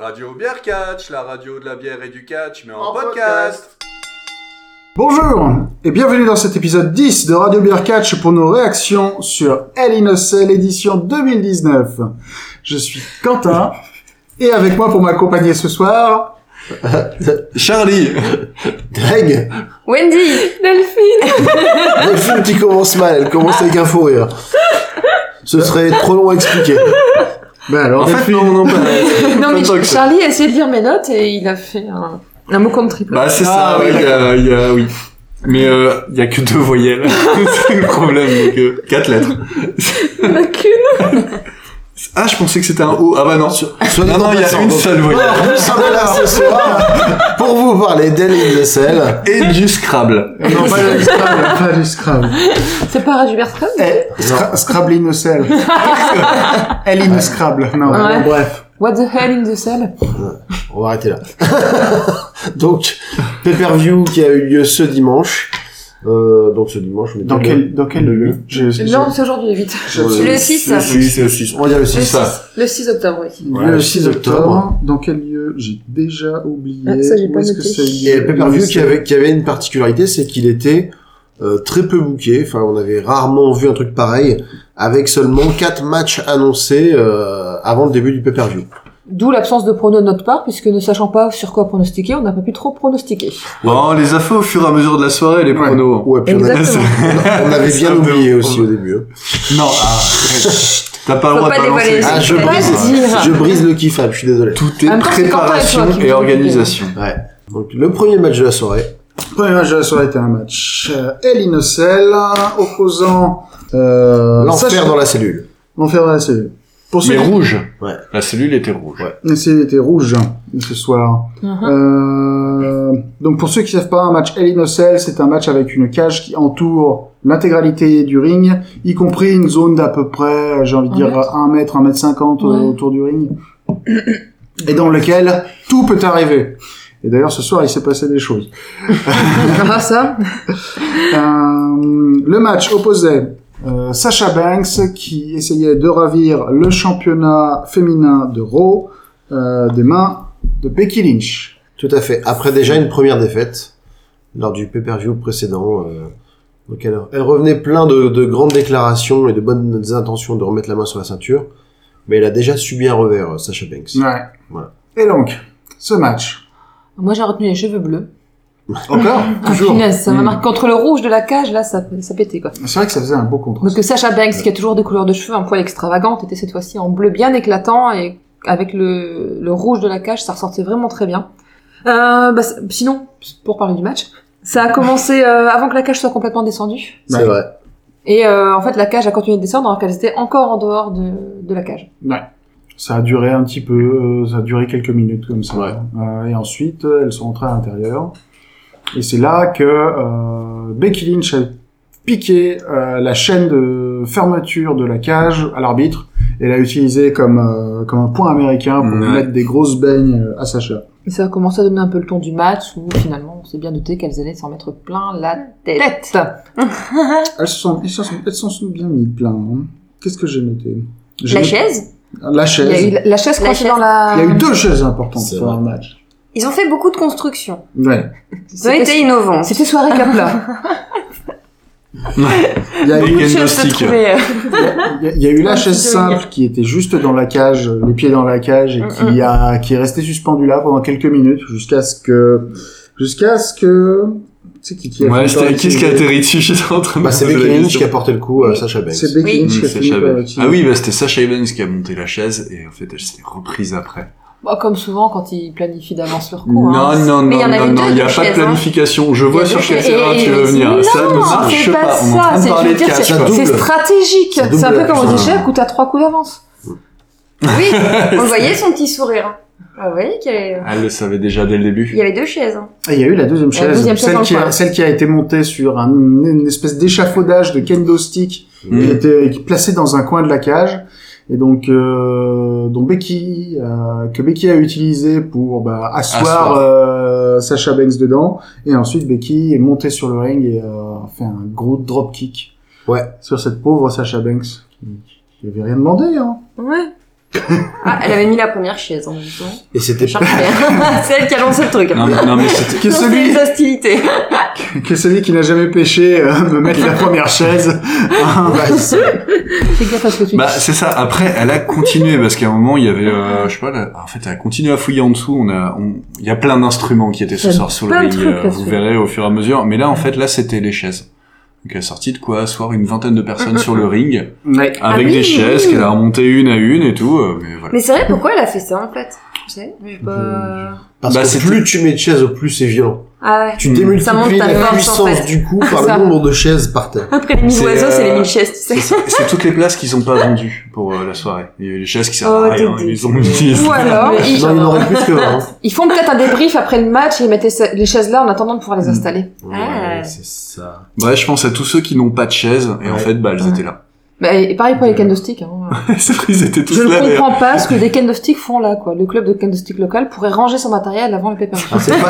Radio Bière Catch, la radio de la bière et du catch, mais en, En podcast. Bonjour et bienvenue dans cet épisode 10 de Radio Beer Catch pour nos réactions sur Elle Innocent édition 2019. Je suis Quentin et avec moi pour m'accompagner ce soir, Charlie Greg, Wendy Delphine le film qui commence mal, elle commence avec un faux rire. Ce serait trop long à expliquer. Euh. ben alors, En fait, non, non, pas. Non mais Attends que ça- Charlie a essayé de lire mes notes et il a fait un, un mot contre triple. Bah, c'est Ah, ça, oui, oui, il y a, il y a- oui. Mais euh, il y a que deux voyelles. c'est le problème, donc euh, quatre lettres. Il y en a qu'une. Ah, je pensais que c'était un O. Ah bah non. Soit dit Non, non, en il y a passant, une donc, seule voyelle. nous sommes là ce soir pour vous parler d'Elle et de Celle. Et du Scrabble. non pas du Scrabble, pas du Scrabble. C'est pas Radio Bertrand Eh, Scra- Scrabble Innocent. Elle Innocrable, non. Ouais. Bref, What the hell in the cell on va arrêter là. donc, pay-per-view qui a eu lieu ce dimanche. Euh, donc ce dimanche, on est Dans quel, dans quel lieu J'ai- j'ai- Non, c'est aujourd'hui le 8. Le Le 6. Oui, c'est aussi. On va dire le 6. C'est ça. Le 6 octobre, oui. lieu Ouais, le le 6 6 octobre. octobre. Dans quel lieu J'ai déjà oublié. Ah, ça, j'ai Où pas est-ce que noté. c'est Et le pay-per-view qui avait, qui avait une particularité, c'est qu'il était euh, très peu booké. Enfin, on avait rarement vu un truc pareil, avec seulement quatre matchs annoncés euh, avant le début du pay-per-view. D'où l'absence de prono de notre part, puisque ne sachant pas sur quoi pronostiquer, on n'a pas pu trop pronostiquer. Bon, on les a fait au fur et à mesure de la soirée, les Ouais. pronos. Ouais, puis on, a- Exactement. on avait bien Ça me- oublié aussi au début. hein. Non, arrête. T'as pas le Faut droit pas de balancer. dévoiler les Ah, je secrets. brise, Dire. je brise le kiffable, je suis désolé. Tout En est même temps, c'est Quentin et toi qui préparation vous et dites. organisation. Ouais. Donc le premier match de la soirée, Premier match de la soirée était un match euh, El Inocel opposant euh, l'enfer Sacha- dans la cellule. l'enfer dans la cellule. Pour ceux Mais qui... rouge. Ouais. La cellule était rouge. La cellule était rouge hein, ce soir. Mhm. Euh, donc pour ceux qui savent pas, un match El Inocel, c'est un match avec une cage qui entoure l'intégralité du ring, y compris une zone d'à peu près, j'ai envie de Un dire, 1 mètre, 1 mètre 50 Ouais. autour du ring, et dans lequel tout peut arriver. Et d'ailleurs, ce soir, il s'est passé des choses. Ah ça Euh, le match opposait euh, Sasha Banks qui essayait de ravir le championnat féminin de Raw euh, des mains de Becky Lynch. Tout à fait. Après déjà une première défaite lors du pay-per-view précédent. euh, donc elle, elle revenait plein de, de grandes déclarations et de bonnes intentions de remettre la main sur la ceinture, mais elle a déjà subi un revers, euh, Sasha Banks. Ouais. Voilà. Et donc, ce match. Moi j'ai retenu les cheveux bleus. Encore Ah Toujours. punaise, ça m'a Mm. marqué. Contre le rouge de la cage, là, ça, ça pétait quoi. C'est vrai que ça faisait un beau contraste. Donc Sacha Banks, qui a toujours des couleurs de cheveux un poil extravagantes, était cette fois-ci en bleu bien éclatant et avec le, le rouge de la cage, ça ressortait vraiment très bien. Euh, bah, c'est- sinon, pour parler du match, ça a commencé euh, avant que la cage soit complètement descendue. C'est Ouais. vrai. Et euh, en fait, la cage a continué de descendre alors qu'elle était encore en dehors de, de la cage. Ça a duré un petit peu, euh, ça a duré quelques minutes comme ça. Ouais. Euh, et ensuite, euh, elles sont rentrées à l'intérieur. Et c'est là que euh, Becky Lynch a piqué euh, la chaîne de fermeture de la cage à l'arbitre et l'a utilisée comme, euh, comme un point américain pour Ouais. mettre des grosses beignes euh, à Sacha. Et ça a commencé à donner un peu le ton du match où finalement on s'est bien douté qu'elles allaient s'en mettre plein la tête. Elles se sont, elles s'en sont, elles s'en sont bien mis plein. hein. Qu'est-ce que j'ai noté J'ai La noté- chaise La chaise. Il y a eu la, la chaise La coincée chaise. dans la... Il y a eu deux chaises importantes C'est dans vrai. le match. Ils ont fait beaucoup de construction. Ouais. Ça a été C'était innovant. c'était soirée Capla. Il y a Weekend eu Beaucoup de choses se Gnostic. trouvaient, euh, Il y a- il y a eu la Un chaise petit simple qui était juste dans la cage, les pieds dans la cage, et qui a qui est restée suspendue là pendant quelques minutes jusqu'à ce que jusqu'à ce que c'est qui qui a Ouais, fini par c'était qui ce qui a utiliser- atterri dessus J'étais en train de Bah, c'est me poser la Becky Lynch question. qui a porté le coup à Sasha Banks. C'est Becky Oui. Lynch qui a Sasha fini par Banks. utiliser. Mmh, Ah oui, bah, c'était Sacha Evans qui a monté la chaise et en fait elle s'est reprise après. Bon, Bah, comme souvent quand ils planifient d'avance leur coup. hein. Non, non, Mais il y non, en non, avait non, deux, il n'y a deux pas de chaises, planification. Je Il vois y a sur deux quel chaises. terrain Et- tu veux et- venir. non, ça ne marche On est c'est Ah, pas en train ça, de c'est- je parler veux de dire, catch. c'est- quoi. C'est Double. stratégique. Ça double C'est un peu la comme on putain. dit Jacques où t'as trois coups d'avance. Oui, on le voyait son petit sourire. Ah, Vous voyez qu'il y avait- Elle le savait déjà dès le il début. y avait deux chaises. hein. Et Ah, il y a eu la deuxième La chaise, deuxième chaise celle, dans le qui a, coin. celle qui a été montée sur un, une espèce d'échafaudage de kendo stick qui Mm. était qui est placé dans un coin de la cage. Et donc, euh, donc Becky, euh, que Becky a utilisé pour bah, asseoir, Asseoir. euh, Sasha Banks dedans. Et ensuite, Becky est montée sur le ring et euh, fait un gros drop kick Ouais. sur cette pauvre Sasha Banks qui, qui avait rien demandé. Hein. Ouais. Ah, elle avait mis la première chaise en même temps. Et c'était Charles Pierre. c'est elle qui a lancé le truc. Non, mais- non, mais c'était. Que Lancer celui, les hostilités. que celui qui n'a jamais péché euh, me mette la première chaise. Fais gaffe à ce que tu Bah dis. c'est ça. Après, elle a continué parce qu'à un moment il y avait, euh, je sais pas, là- en fait, elle a continué à fouiller en dessous. On a, on- il y a plein d'instruments qui étaient Il y a sur sur le plein de ring. trucs euh, là-dessus. vous verrez au fur et à mesure. Mais là, en fait, là, c'était les chaises. Donc elle est sortie de quoi Soir une vingtaine de Mm, personnes sur le ring Ouais. avec oui, des oui, chaises oui. qu'elle a remontées une à une et tout. euh, mais voilà. Mais c'est vrai, pourquoi elle a fait ça en fait Je sais, j'ai pas. Parce Bah, que c'était- plus tu mets de chaises, au plus c'est violent. Ah ouais. Tu Mm. Ça monte démultiplies ta la force, en puissance fait. du coup par C'est ça. le nombre de chaises par terre. Après les mille C'est, oiseaux, c'est les euh, mille chaises, tu sais. C'est c'est toutes les places qu'ils ont pas vendues pour euh, la soirée. Il y avait les chaises qui servent Oh, à rien. Dédé. Ils les ont mis. Ou alors, Mais ils, Non, il en aurait plus que hein. 20. ils font peut-être un débrief après le match et ils mettent les sa- les chaises là en attendant de pouvoir les Mm. installer. Ah. c'est ça. Ouais, je pense à tous ceux qui n'ont pas de chaises et en Ouais. fait, bah, elles Ouais. étaient là. Bah, et pareil pour les candlesticks. Hein. C'est vrai, ils étaient tous Je là. ne d'ailleurs. comprends pas ce que des candlesticks font là, quoi. Le club de candlesticks local pourrait ranger son matériel avant le pay Ah, c'est pas,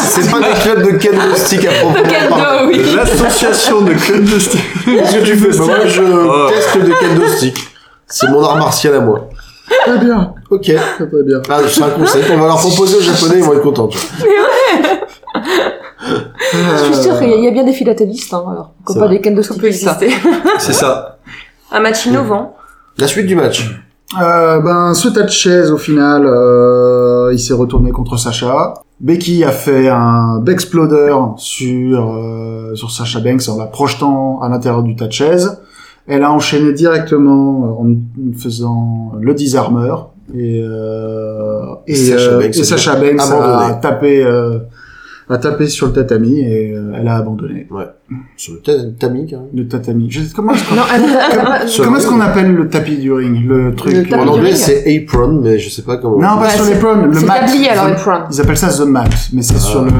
c'est pas des clubs de candlestick à Ah, proprement bah, parler. Kendo, oui. L'association de clubs de style. Qu'est-ce que tu fais Bah, Moi, je Oh. teste des candlesticks. C'est mon art martial à moi. Très bien, Ok. très très bien. Ah, c'est un concept. On va leur proposer aux japonais, ils vont être contents. tu vois. euh, Je suis sûre qu'il y a- il y a bien des philatélistes, hein, alors. C'est Pourquoi pas vrai. des candlesticks Ça peut exister. C'est ça. Un match innovant. La suite du match. Euh, ben, ce tas de chaises, au final, euh, il s'est retourné contre Sacha. Becky a fait un backsploder sur, euh, sur Sacha Banks en la projetant à l'intérieur du tas de chaises. Elle a enchaîné directement euh, en faisant le disarmer. Et, euh, et, Sacha euh, Banks et a Sacha Banks a abandonné. tapé, euh, a tapé sur le tatami et euh, elle a abandonné. Sur le hein. ta- tamis, quand même. Le tatami. Je sais- comment est-ce qu'on Non, elle- elle- elle- Sur- comment est-ce qu'on appelle le tapis du ring Le truc. Le tapis En du anglais, ring. c'est apron, mais je sais pas comment. Non, pas Ouais, sur c'est- les pommes, le c'est mat. tablier, alors, Ils- les prunes. Ils appellent ça the mat, mais c'est Ah. sur le.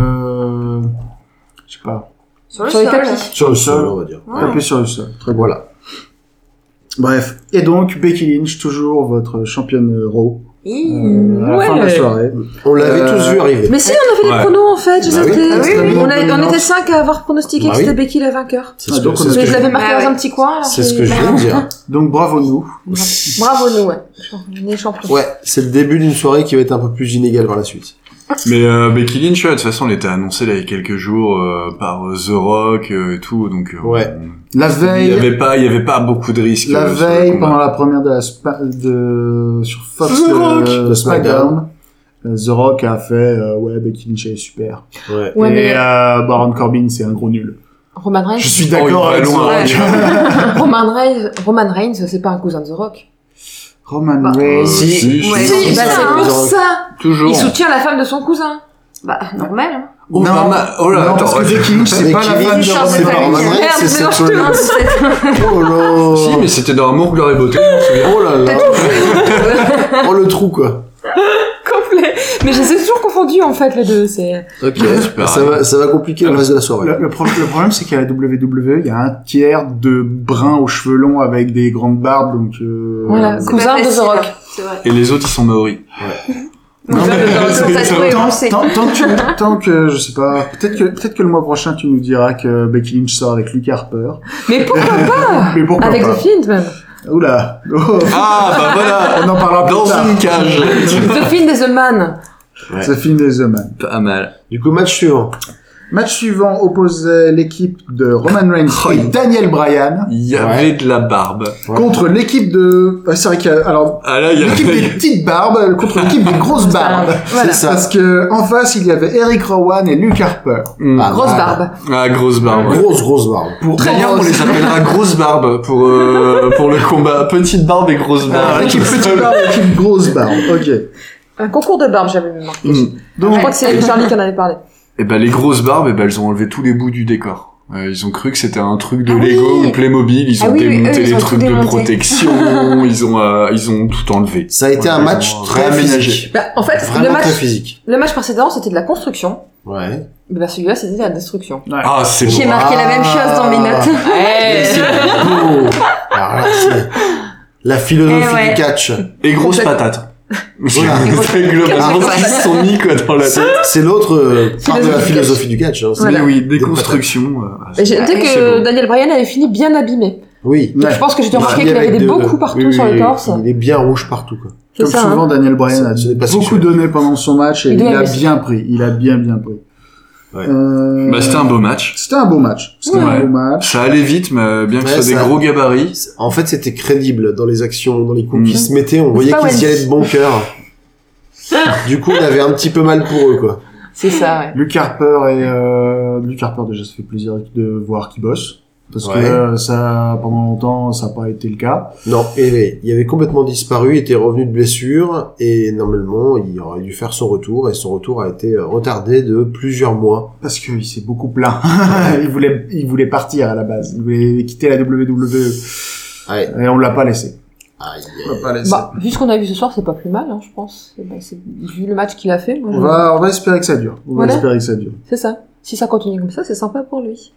Je sais pas. Sur les sol. tapis. Sur le sol, on va dire. Ouais. Taper sur le sol. Très bien. Voilà. Bref. Et donc, Becky Lynch, toujours votre championne Raw. Hi. euh, à la fin de la soirée. On l'avait Euh, tous vu arriver. Mais si, on a fait Ouais. des pronos, en fait, je Bah sais oui, que- parce que On, a- nous, on on était lance. cinq à avoir pronostiqué Bah que oui. c'était Becky la vainqueur. C'est ce donc que, on c'est a- ce Mais que je je- l'avais marqué Ah dans un ouais. petit coin. alors c'est ce que- que je viens de dire. Donc, bravo nous. Bravo, nous, ouais. On est champions. Ouais, c'est le début d'une soirée qui va être un peu plus inégale par la suite. Mais euh, Becky Lynch, ouais, de toute façon, elle était annoncée là, il y a quelques jours euh, par euh, The Rock euh, et tout, donc euh, Ouais. on- La il y veille. avait pas, il y avait pas beaucoup de risques. La euh, sur le veille, combat. pendant la première de la spa- de, sur Fox The de, Rock. de SmackDown, euh, The Rock a fait, euh, ouais, Becky Lynch, elle est super. Ouais. Ouais, Et, mais- euh, Baron Corbin, c'est un gros nul. Roman Reigns. Je suis Oh, il d'accord va avec loin, toi. hein, tu Roman Reigns, Roman Reigns, c'est pas un cousin de The Rock. Roman Bah, Euh, Reigns. Si. si, je Ouais. sais Si, pas. bah, c'est pour The Rock. ça. toujours. Il soutient la femme de son cousin. Bah, normal. hein. Oh, Non. pas mal. oh là, non, attends, parce que ouais. Becky Lynch, c'est Becky pas la femme Lynch, de c'est Roman pas Roman Reigns. Reigns, Merde, c'est cette mélange tout, Rollins. hein, cette- Oh là Si, mais c'était dans Amour, Gloire et Beauté, je m'en souviens. Oh là là Oh le trou quoi Complet. Mais je les ai toujours confondus, en fait, les deux. C'est... Ok, Super. ça va, ça va compliquer le reste de la soirée. Le, le pro- le problème, c'est qu'à la WWE, il y a un tiers de bruns aux cheveux longs avec des grandes barbes, donc. euh, Voilà. c'est Cousin pas de The facile, Rock. hein, C'est vrai. Et les autres, ils sont maoris. Non, Cousin mais- de The Rock, c'est- donc ça se c'est- pourrait Tant, penser. tant- tant que, tant que, je sais pas, peut-être que, peut-être que le mois prochain, tu nous diras que Becky Lynch sort avec Luke Harper. Mais pourquoi pas Mais pourquoi Avec pas The Fiend, même. Oula Oh, Ah, bah voilà On en parlera Dans plus tard. une cage The Fiend et The Man. Ce film des The Man. Pas mal. Du coup, match suivant. Match suivant opposait l'équipe de Roman Reigns Oh, et il- Daniel Bryan Il y avait de la barbe. contre l'équipe de... Ah, c'est vrai qu'il y a- Alors, Ah là, il y L'équipe des avait... petites barbes contre l'équipe des grosses barbes. Voilà. C'est ça. Parce que en face, il y avait Eric Rowan et Luke Harper. Hmm. Ah, Grosse bah, barbe. Ah, grosse barbe. ouais. Grosse, grosse barbe. Pour Très bien, on les appellera grosse barbe pour euh, pour le combat. Petite barbe et grosse barbe. Ah, l'équipe petite barbe, l'équipe grosse barbe. Ok. Un concours de barbe, j'avais même. Hmm. Donc, Je crois que c'est Charlie qui en avait parlé. Et ben les grosses barbes, Hmm. eh ben elles ont enlevé tous les bouts du décor. Euh, ils ont cru que c'était un truc de Ah Lego oui. ou Playmobil. Ils Ah ont oui, oui, démonté eux, ils les ont trucs tout de démonté. protection. ils ont euh, ils ont tout enlevé. Ça a été Ouais, un ils match ont très réaménagé. physique. Bah, en fait, Vraiment le très match, physique. le match précédent, c'était de la construction. Ouais. Bah, celui-là, c'était de la destruction. Ah c'est J'ai beau. marre. Eh. marqué la même chose dans mes notes. Oh. Alors là, c'est- La philosophie Eh ouais. du catch. Et grosse Complètement. patate. Voilà. Très globalement, Grosse ils patate. sont mis quoi dans la tête. C'est l'autre euh, part de la Philosophie du philosophie du catch. hein. C'est- Voilà. Mais oui, déconstruction. euh, ah, Et J'ai noté c'est que beau. Daniel Bryan avait fini bien abîmé. Oui. Donc Ouais. je pense que j'ai dû Il remarquer est qu'il avec avait des deux- euh, beaux coups partout oui, sur le oui, torse. Il est bien rouge partout, quoi. C'est Comme ça, souvent, hein. Daniel Bryan Ça- a ce n'est pas beaucoup sexuel. donné pendant son match et Il il, doit a aimer ça. bien pris. Il a bien, bien pris. Ouais. Euh, Bah, c'était un beau match. C'était un beau match. C'était Ouais. un beau match. Ça allait vite, mais euh, bien que ce Ouais, soit des ça- gros gabarits. En fait, c'était crédible dans les actions, dans les coups Mm. qu'ils se mettaient. On voyait pas qu'ils y Wendy. allaient de bon cœur. du coup, on avait un petit peu mal pour eux, quoi. C'est ça, ouais. Luke Harper et euh, Luke Harper déjà ça fait plaisir de voir qui bosse parce que Ouais. euh, ça pendant longtemps ça n'a pas été le cas. Non, et il avait complètement disparu, il était revenu de blessure, et normalement, il aurait dû faire son retour, et son retour a été euh, retardé de plusieurs mois. Parce qu'il s'est beaucoup plaint. il voulait, il voulait partir à la base. Il voulait quitter la WWE. Ouais. Et on l'a pas laissé. Aïe. On l'a pas laissé. Bah, vu ce qu'on a vu ce soir, c'est pas plus mal, hein, je pense. Eh ben, c'est- vu le match qu'il a fait, moi, je- On va, on va espérer que ça dure. On Voilà. va espérer que ça dure. c'est ça. Si ça continue comme ça, c'est sympa pour lui.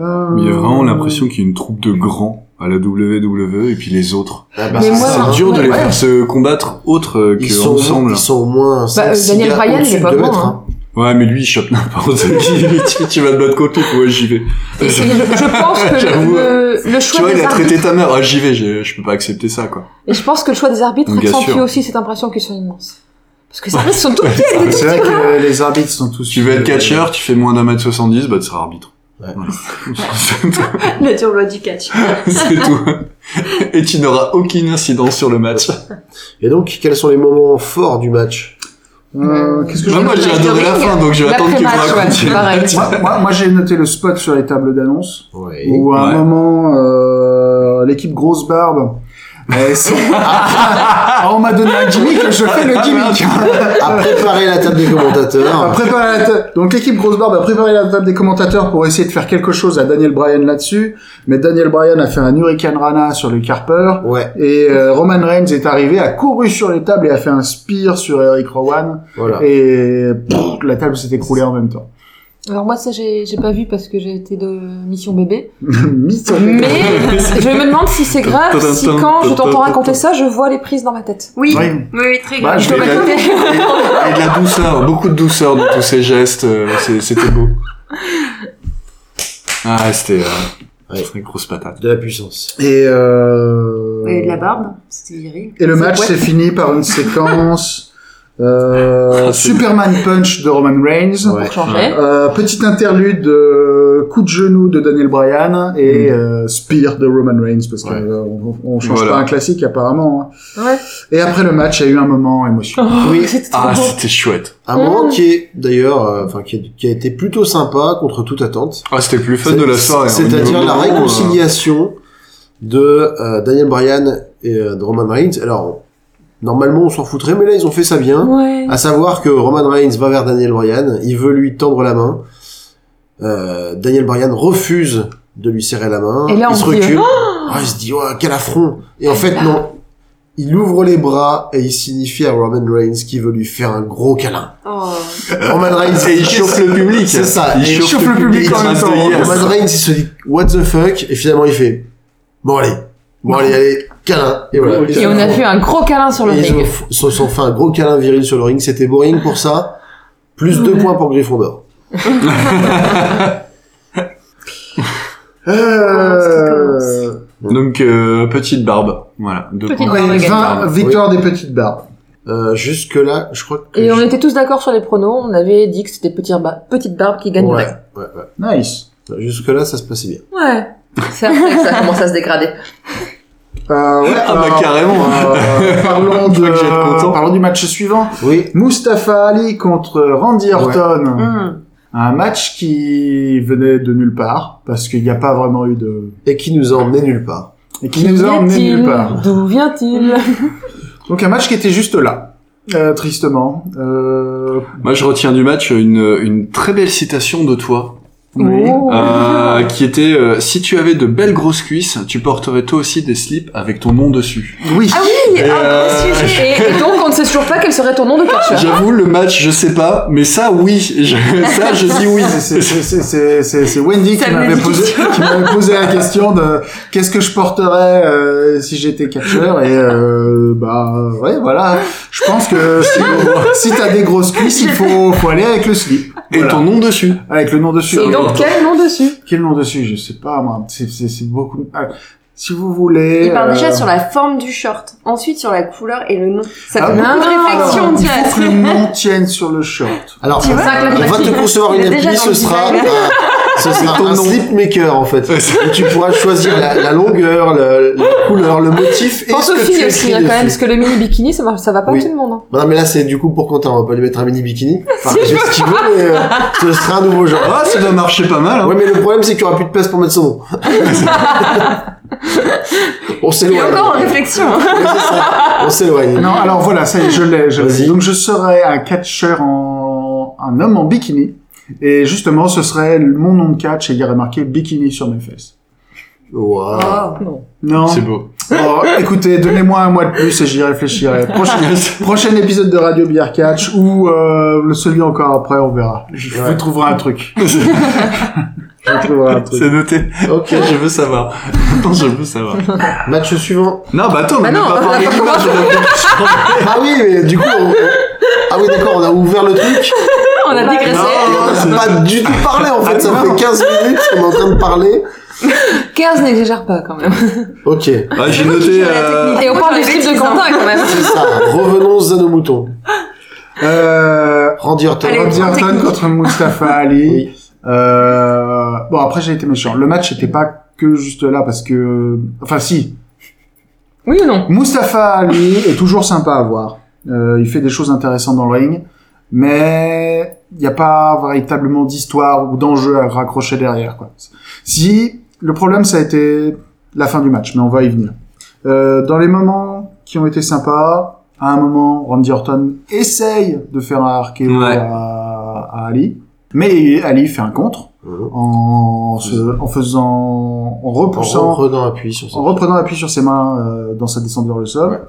Euh, Mais il y a vraiment l'impression Mm. qu'il y a une troupe de grands à la WWE et puis les autres. Ah bah, Mais c'est moi, ça, hein. C'est dur de les ouais. faire se combattre autres Ils que sont, ensemble. ils sont au moins Bah, euh, 5-6 Daniel Bryan, il est pas bon, hein. Ouais, mais lui, il chope n'importe qui. tu, tu vas te battre contre lui, ouais, j'y vais. Et, et je, je pense que J'avoue, le, le- le Tu choix vois, il des a arbitres, traité ta mère. Ah, j'y vais, je je peux pas accepter ça, quoi. et je pense que le choix des arbitres Bien accentue sûr. aussi cette impression qu'ils sont immenses. Parce que les arbitres sont tout petits, ils étaient C'est tout vrai petits. que les arbitres sont tous. euh, Tu veux être catcheur, tu fais moins d'un mètre 70, bah, tu seras arbitre. Ouais. Voilà. C'est tout. Le dur loi du catch. C'est tout. Et tu n'auras aucune incidence sur le match. hein. Et donc, quels sont les moments forts du match Euh, Qu'est-ce que Bah, je moi, j'ai match de adoré la ring, fin, donc je vais attendre qu'il me l'après-match, raconte. ouais, pareil. moi, moi, moi, j'ai noté le spot sur les tables d'annonce Ouais. où à un Ouais. moment euh, l'équipe grosse barbe. euh, c'est- Ah, on m'a donné un gimmick, je fais Ah, le gimmick. A préparé la table des a commentateurs. préparé Ah, la ta- Donc l'équipe Grosse Barbe a préparé la table des commentateurs pour essayer de faire quelque chose à Daniel Bryan là-dessus, mais Daniel Bryan a fait un Hurricane Rana sur le Carper, Ouais, et euh, Roman Reigns est arrivé, a couru sur les tables et a fait un spear sur Eric Rowan, voilà. et pff, la table s'est écroulée en même temps. Alors moi, ça, j'ai j'ai pas vu parce que j'ai été de mission bébé. Mythe. Mais je me demande si c'est grave, si quand je t'entends raconter ça, je vois les prises dans ma tête. Oui. Oui. Oui, oui, très Bah, grave. je Je dois Mais m'écouter. Et de la douceur, beaucoup de douceur dans tous ces gestes, euh, c'est- c'était beau. Ah, c'était euh, Ouais. c'était une grosse patate. De la puissance. Et, euh... Et de la barbe, c'est viril. et le C'est match ouais. s'est fini par une séquence euh, Ah, c'est- Superman Punch de Roman Reigns. Ouais. Pour changer. Euh, petite interlude, euh, coup de genou de Daniel Bryan et euh, spear de Roman Reigns parce qu'on Mm. Ouais. on change Voilà. pas un classique apparemment. hein. Ouais. Et après le match, il y a eu un moment émotionnel. Oui. C'était trop Ah, beau. c'était chouette. Hmm. Un moment qui est d'ailleurs, euh, enfin qui, est- qui a été plutôt sympa contre toute attente. Ah, c'était le plus fun de la soirée. hein, au C'est-à-dire niveau la moment, euh, réconciliation de euh, Daniel Bryan et euh, de Roman Reigns. Alors normalement on s'en foutrait, mais là ils ont fait ça bien. Ouais. À savoir que Roman Reigns va vers Daniel Bryan, il veut lui tendre la main. Euh, Daniel Bryan refuse de lui serrer la main. Et là, on il se se dit, Ah, bah. recule. Ah, il se dit oh, quel affront. Et en fait non. Il ouvre les bras et il signifie à Roman Reigns qu'il veut lui faire un gros câlin. Oh. Roman Reigns Et il chauffe le public. C'est ça, Il, chauffe, le public, en masse même de temps. yes. Roman Reigns, il se dit what the fuck et finalement il fait bon allez, bon allez, allez, câlin et voilà. Et on a vu un gros câlin sur le Et ils ont- ring. ils se sont fait un gros câlin viril sur le ring, c'était boring pour ça. Plus deux points pour Gryffondor. Oh, Euh, Donc, euh, petite barbe. Voilà. deux Petite points. barbe. ouais, on a gagné. 20 victoire des petites barbes. Euh, jusque là, je crois que Et on je- était tous d'accord sur les pronos. On avait dit que c'était petite, barbe petite barbe qui ouais, gagnerait. ouais, ouais. Nice. Jusque là, ça se passait bien. Ouais. C'est après que ça commence à se dégrader. Euh, ouais, Ah, bah, alors, carrément. hein. euh, parlons, Je de, crois que j'ai été content. parlons du match suivant. Oui, Mustafa Ali contre Randy Orton. Mm. Hmm. Un match qui venait de nulle part parce qu'il n'y a pas vraiment eu de et qui nous a emmené nulle part. et qui nous a emmené nulle part. D'où vient-il Donc un match qui était juste là, euh, tristement. Euh, Moi, je retiens du match une, une très belle citation de toi. Oui. Oh. Euh, qui était euh, si tu avais de belles grosses cuisses, tu porterais toi aussi des slips avec ton nom dessus. Oui. Ah oui, Et, un euh, gros sujet. Et, et donc, on ne sait toujours pas quel serait ton nom de catcheur. J'avoue le match, je sais pas, mais ça oui, Je- ça je dis oui. C'est- c'est- c'est- c'est- C'est c'est Wendy Ça qui me m'avait dit posé, qui m'avait posé la question de qu'est-ce que je porterais euh, si j'étais catcheur et euh, bah ouais voilà je pense que si, si t'as des grosses cuisses il faut faut aller avec le slip Et Voilà. ton nom dessus. avec le nom dessus Et donc, quel nom dessus quel nom dessus je sais pas moi c'est c'est c'est beaucoup ah, si vous voulez Il part euh, déjà sur la forme du short, ensuite sur la couleur et le nom. Ça Ah fait bon beaucoup de Ah, réflexion, il tu faut que vois. le nom tienne sur le short Alors, Tu vois, Ah, bah, on va te concevoir Il une est déjà appli, dans ce le sera, design. un- ce sera un slip maker en fait. Et tu pourras choisir la, la longueur, la, la couleur, le motif et Pense ce aux que filles tu aussi, écris hein, quand même, parce dessus. que le mini bikini, ça va, ça va pas Oui. à tout le monde. hein. Non mais là c'est du coup pour Quentin, on va pas lui mettre un mini bikini. Enfin, j'ai ce qu'il veut, mais euh, ce sera un nouveau genre. Ah, ça doit marcher pas mal. Hein. Ouais mais le problème c'est qu'il y aura plus de place pour mettre son nom. on Il est s'éloigne. encore en réflexion. hein. Ouais, c'est ça. On s'éloigne. non alors voilà ça y est je l'ai je l'ai Vas-y. donc je serais un catcheur en un homme en bikini et justement ce serait mon nom de catch et il y aurait marqué bikini sur mes fesses Waouh. non C'est beau. Oh, écoutez, donnez-moi un mois de plus et j'y réfléchirai. Prochain, prochain épisode de Radio Bière Catch ou euh, le celui encore après, on verra. Je Ouais. vous trouverai un truc. Je vous trouverai un truc. C'est noté. Ok. Je veux savoir. Je veux savoir. Match suivant. Non, bah attends, on Bah n'a non, pas on parlé a pas du match. on a fait- Ah oui mais du coup. on- Ah oui d'accord, on a ouvert le truc. On a Non, on dégraissé. n'a pas du tout parlé en fait, ça fait 15 minutes qu'on est en train de parler. 15 n'exagère pas, quand même. Ok, Ah, j'ai C'est moi qui noté. gère la euh, technique. Et on parle Ouais, du slip de bêtise, hein. Quentin, quand même. c'est ça, revenons à nos moutons. Euh, Randy Orton. Allez, Randy en Orton technique. contre Mustafa Ali. Euh, bon, après, j'ai été méchant. Le match n'était pas que juste là parce que... Enfin, si. Oui ou non Mustafa Ali est toujours sympa à voir. Euh, il fait des choses intéressantes dans le ring, mais il n'y a pas véritablement d'histoire ou d'enjeu à raccrocher derrière. Quoi. Si le problème, ça a été la fin du match, mais on va y venir. Euh, dans les moments qui ont été sympas, à un moment, Randy Orton essaye de faire un archéo Ouais. à, à Ali, mais Ali fait un contre en, se- en faisant, en repoussant En reprenant appui sur ça. en reprenant appui sur ses mains euh, dans sa descente vers le sol.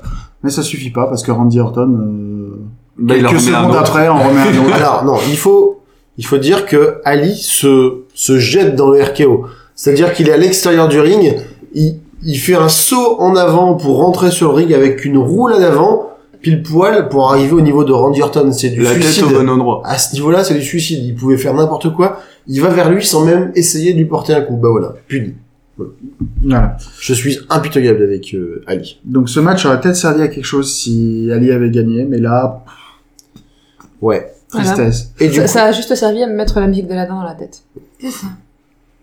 Mais ça suffit pas parce que Randy Orton, euh, bah, il en quelques remet un secondes autre. après, en remet un autre. Alors non, il faut, il faut dire que Ali se, se jette dans le RKO. C'est-à-dire qu'il est à l'extérieur du ring, il, il fait un saut en avant pour rentrer sur le ring avec une roulade avant, pile poil pour arriver au niveau de Randy Orton. C'est du La tête suicide. au bon endroit. À ce niveau-là, c'est du suicide. Il pouvait faire n'importe quoi. Il va vers lui sans même essayer de lui porter un coup. Bah voilà, puni. Voilà. Je suis impitoyable avec euh, Ali. Donc ce match aurait peut-être servi à quelque chose si Ali avait gagné, mais là, Ouais. Voilà. tristesse. Et du Ça, coup, ça a juste servi à me mettre la musique de la dans la tête. et,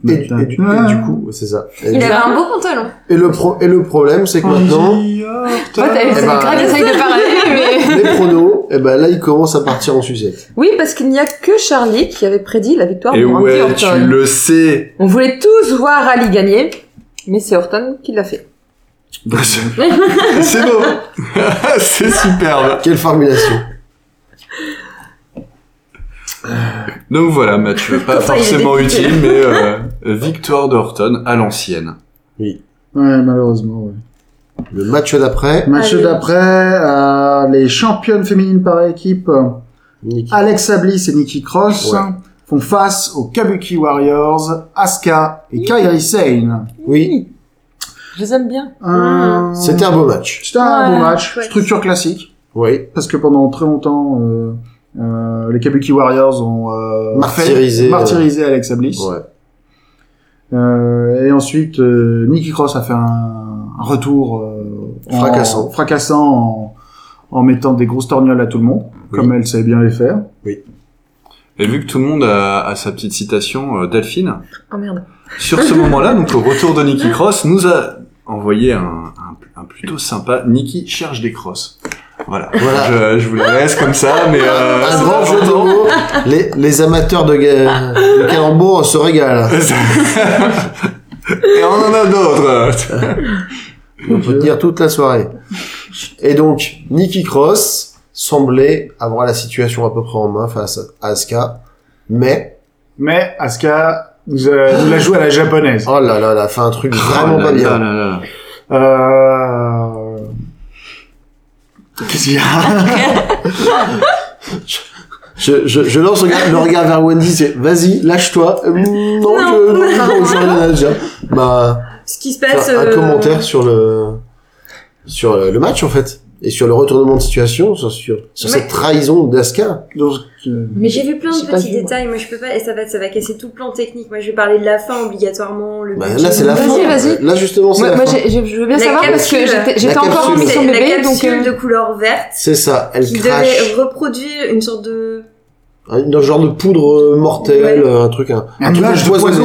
du- et du- et du coup, c'est ça. Et, Il avait un beau pantalon. et le pro- et le problème, c'est que maintenant, Randy Orton. Ouais, t'as- Eh c'est ben, Ah, grave, j'essaye de parler, euh, mais... les pronos, et ben là, ils commencent à partir en sucette. Oui, parce qu'il n'y a que Charlie qui avait prédit la victoire Eh Et de Randy ouais, tu Orton. le sais. On voulait tous voir Ali gagner, mais c'est Orton qui l'a fait. C'est beau. C'est superbe. Quelle formulation. Donc voilà, match pas Putain, il est forcément dégoûté. utile, mais euh, victoire d'Orton à l'ancienne. Ouais, malheureusement. Ouais. Le match d'après, Match Allez. d'après, euh, les championnes féminines par équipe, Nick. Ah Alexa Bliss et Nikki Cross, Ouais. font face aux Kabuki Warriors, Asuka et Kairi Sane. Oui, Je les aime bien. Euh, c'était un beau match. C'était un Ouais, bon match, ouais. structure classique, Oui. parce que pendant très longtemps, euh, euh, les Kabuki Warriors ont euh, Martyrisé, fait- euh, martyrisé Alexa Bliss. Ouais. Euh, et ensuite, euh, Nikki Cross a fait un, un retour euh, en- Fracassant. fracassant en, en mettant des grosses torgnoles à tout le monde, Oui. comme elle savait bien les faire. Et vu que tout le monde a, a sa petite citation, euh, Delphine, Oh merde. sur ce moment-là, donc au retour de Nikki Cross, nous a envoyé un, un- un plutôt sympa Nikki cherche des crosses. Voilà. Voilà. Je, je vous le laisse comme ça, mais euh, Un c'est grand jeu de important. mots. Les, les amateurs de, ga- de calembour se régalent. Et on en a d'autres. On peut tenir toute la soirée. Et donc, Nikki Cross semblait avoir la situation à peu près en main face à Asuka, mais Mais Asuka Nous, euh, nous la joué à la japonaise. Oh là là, elle a fait un truc vraiment Oh là pas là bien. là là. Euh... Qu'est-ce qu'il y a Je, je, je lance le regard, le regard vers Wendy, c'est vas-y, lâche-toi. Euh, Non, Non. je, non, je, rien à dire. Bah, Ce qui se faire passe. un euh, commentaire sur le sur le, le match en fait et sur le retournement de situation, sur sur, sur Ouais. cette trahison d'Asuka. Donc, euh, Mais j'ai vu plein J'ai de pas petits vu, moi. détails, moi je peux pas, et ça va, ça va casser tout le plan technique. Moi je vais parler de la fin obligatoirement, le Bah, budget. là, c'est la Vas-y, fin. vas-y. Là, justement, c'est Moi, la moi, fin. j'ai- j'ai- je veux bien La savoir parce que capsule. j'étais j'étais La encore en capsule. mission C'est la bébé, donc capsule euh, de couleur verte C'est ça, elle qui crache. devait reproduire une sorte de. Un un genre de poudre euh, mortelle, Ouais. euh, un truc, un, un truc nuage de poison.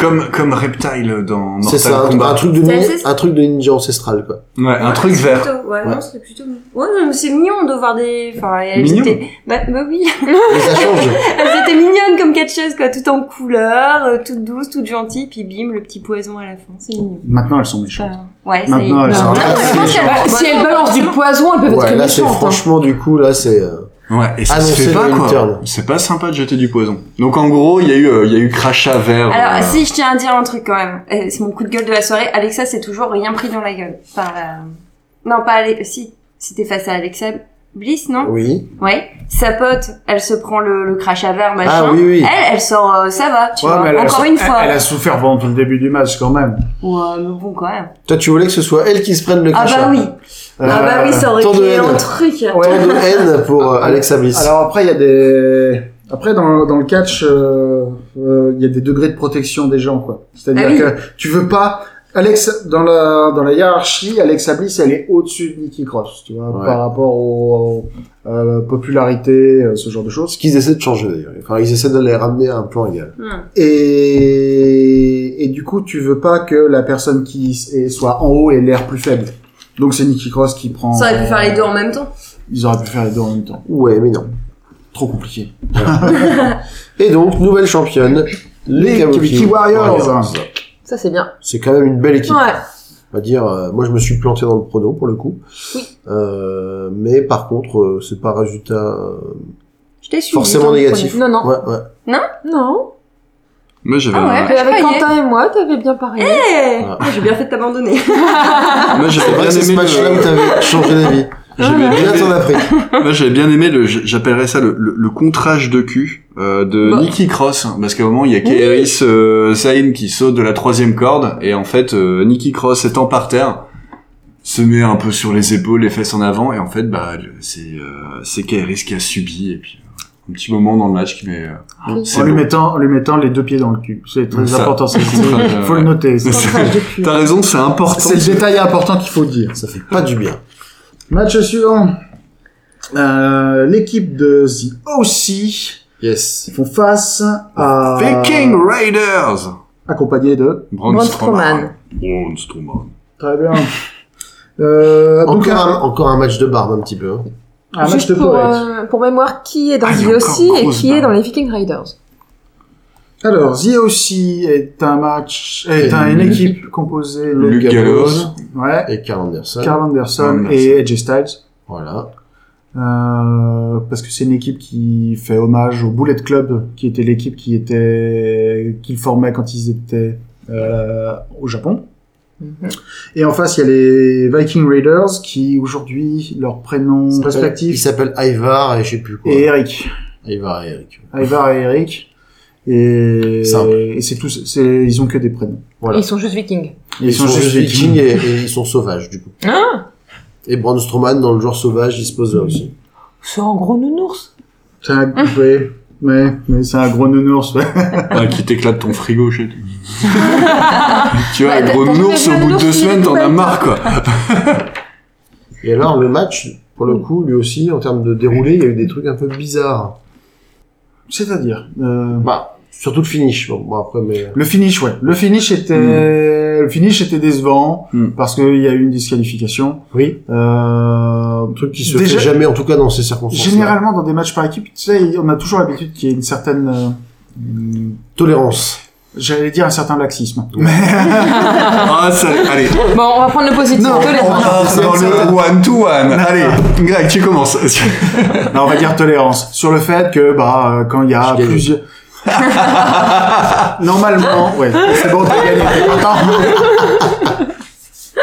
Comme, comme Reptile dans Mortal C'est ça, un, Kombat. un truc de C'est ninja, assez- un truc de ninja ancestral quoi. Ouais, un truc C'est vert. plutôt- Ouais, Ouais. non, c'était plutôt mignon. Ouais, non, mais c'est mignon de voir des. Enfin, elles Mignon. étaient. Bah, bah oui, Et ça change. elles étaient mignonnes comme quatre chaises, quoi, tout en couleur, euh, toutes douces, toutes gentilles, puis bim, le petit poison à la fin, c'est mignon. Maintenant, elles sont méchantes. Enfin, ouais, ça y est. Maintenant, elles Non, sont non, mais je pense qu'elles- bah, si elles balancent du poison, elles peuvent être Ouais, très là c'est méchantes. hein. franchement du coup là c'est euh, Ouais, et ça se Annoncer fait pas, le quoi. return. C'est pas sympa de jeter du poison. Donc, en gros, il y a eu, euh, il y a eu crachat vert. Alors, euh, si je tiens à dire un truc quand même, Euh, c'est mon coup de gueule de la soirée. Alexa s'est toujours rien pris dans la gueule. Enfin, la- non, pas Alexa. Si, c'était face à Alexa Bliss, non oui. Ouais. Sa pote, elle se prend le, le crash à verre, machin. Ah oui oui. Elle, elle sort, euh, ça va, tu Ouais, vois. mais elle a Encore sou- une elle- fois. Elle a souffert pendant tout le début du match quand même. Ouais, mais bon, quand même. Toi tu voulais que ce soit elle qui se prenne le Ah crachat. bah oui. Ah bah Euh, oui, ça aurait tant de été haine. un truc. Tant de haine pour euh, Alexa Bliss. Alors après, il y a des... Après, dans, dans le catch, euh, euh, il y a des degrés de protection des gens, quoi. C'est-à-dire Ah oui. que tu veux pas... Alex, dans la, dans la hiérarchie, Alexa Bliss, elle est au-dessus de Nikki Cross, tu vois, Ouais. par rapport aux, aux, euh, popularités, euh, ce genre de choses. Ce qu'ils essaient de changer d'ailleurs. Enfin, ils essaient de les ramener à un plan égal. Hmm. Et, et du coup, tu veux pas que la personne qui s- est- soit en haut ait l'air plus faible. Donc c'est Nikki Cross qui prend... Ça aurait pu euh, faire les deux en même temps. Ils auraient pu faire les deux en même temps. Ouais, mais non. Trop compliqué. Et donc, nouvelle championne, les, Les Kabuki, Kabuki Warriors. Ça, c'est bien. C'est quand même une belle équipe. Ouais. On va dire, euh, moi je me suis planté dans le prono pour le coup. Euh, mais par contre, euh, c'est pas un résultat. euh, Je t'ai suivi. Forcément dans le négatif. Non, non. Ouais, ouais. Non. Moi, j'avais, Ah ouais, un- Mais avec je croyais. Euh, Quentin et moi, t'avais bien parlé. premier. Hey Ah. Eh J'ai bien fait de t'abandonner. moi, C'est j'avais vrai bien que c'est ce aimé match-là le- où t'avais changé d'avis. j'avais euh, bien Là, aimé- t'en as pris. Moi, j'avais bien aimé le, j- j'appellerais ça le, le, le contrage de cul euh, de Bah. Nikki Cross, hein, parce qu'à un moment il y a Kairis euh, Sain qui saute de la troisième corde et en fait euh, Nikki Cross étant par terre se met un peu sur les épaules, les fesses en avant et en fait bah le- c'est euh, c'est Kairis qui a subi et puis euh, un petit moment dans le match qui met euh, c'est En lui, bon. mettant, en lui mettant les deux pieds dans le cul. C'est très Ça. important, ça. C'est très, Il faut euh, le noter. ça. Contrage de cul. T'as raison, c'est important. C'est le détail important qu'il faut dire. Ça fait pas du bien. Match suivant. Euh, L'équipe de The OC Yes. font face à... Viking Raiders. Accompagné de... Braun Euh, Braun Strowman. Braun Strowman. Très bien. Euh, donc Encore un, un, encore un match de barbe un petit peu. hein. un match Juste de pour, poètes. euh, pour mémoire, qui est dans Ah, il y a The encore OC et grosse qui est barre. dans les Viking Riders euh, Alors, The OC est un match... est Et un- une Luke- équipe composée de... Luke Gallows. Ouais. Et Carl Anderson. Carl Anderson Anderson. et Edge Styles. Voilà. Euh, parce que c'est une équipe qui fait hommage au Bullet Club, qui était l'équipe qui était qu'ils formaient quand ils étaient euh, au Japon. Mhm. Et en face, il y a les Viking Raiders, qui aujourd'hui leur prénom Il s'appelle- Il respectif s'appelle Ivar et je sais plus quoi. est Eric, Ivar et Eric. Ivar et Eric. Et, Simple. et c'est tous, c'est ils ont que des prénoms. Voilà. Ils sont juste Vikings. Ils, sont, juste vikings et, et ils sont sauvages du coup. Ah Et Braun Strowman dans le genre sauvage, il se pose là aussi. C'est un gros nounours. C'est un- ouais, mais, mais c'est un gros nounours. ouais. Ah, qui t'éclate ton frigo chez toi. tu vois, Bah, le t'as- gros t'as nounours, jamais au vu un bout de deux nounours qui semaines, est t'en as tout marre, quoi. Et alors le match, pour le coup, lui aussi, en termes de déroulé, il y a eu des trucs un peu bizarres. C'est-à-dire. euh, Bah, surtout le finish. Bon, bon, après, mais Le finish, ouais. Le finish était, Hmm. le finish était décevant Mm. parce qu'il y a eu une disqualification. oui, Euh, un truc qui se Déjà- fait jamais, en tout cas dans ces circonstances. généralement dans des matchs par équipe, tu sais, on a toujours l'habitude qu'il y ait une certaine, euh, hmm, Tolérance. j'allais dire un certain laxisme. Ah, ça, allez. Bon, on va prendre le positif. Non, tolérance. on va- Ah, c'est dans ça. le one to one. Allez, Greg, tu commences. non, on va dire tolérance sur le fait que bah euh, quand il y a Je gagne. plusieurs Normalement, ouais. C'est bon, t'as gagné, t'es content.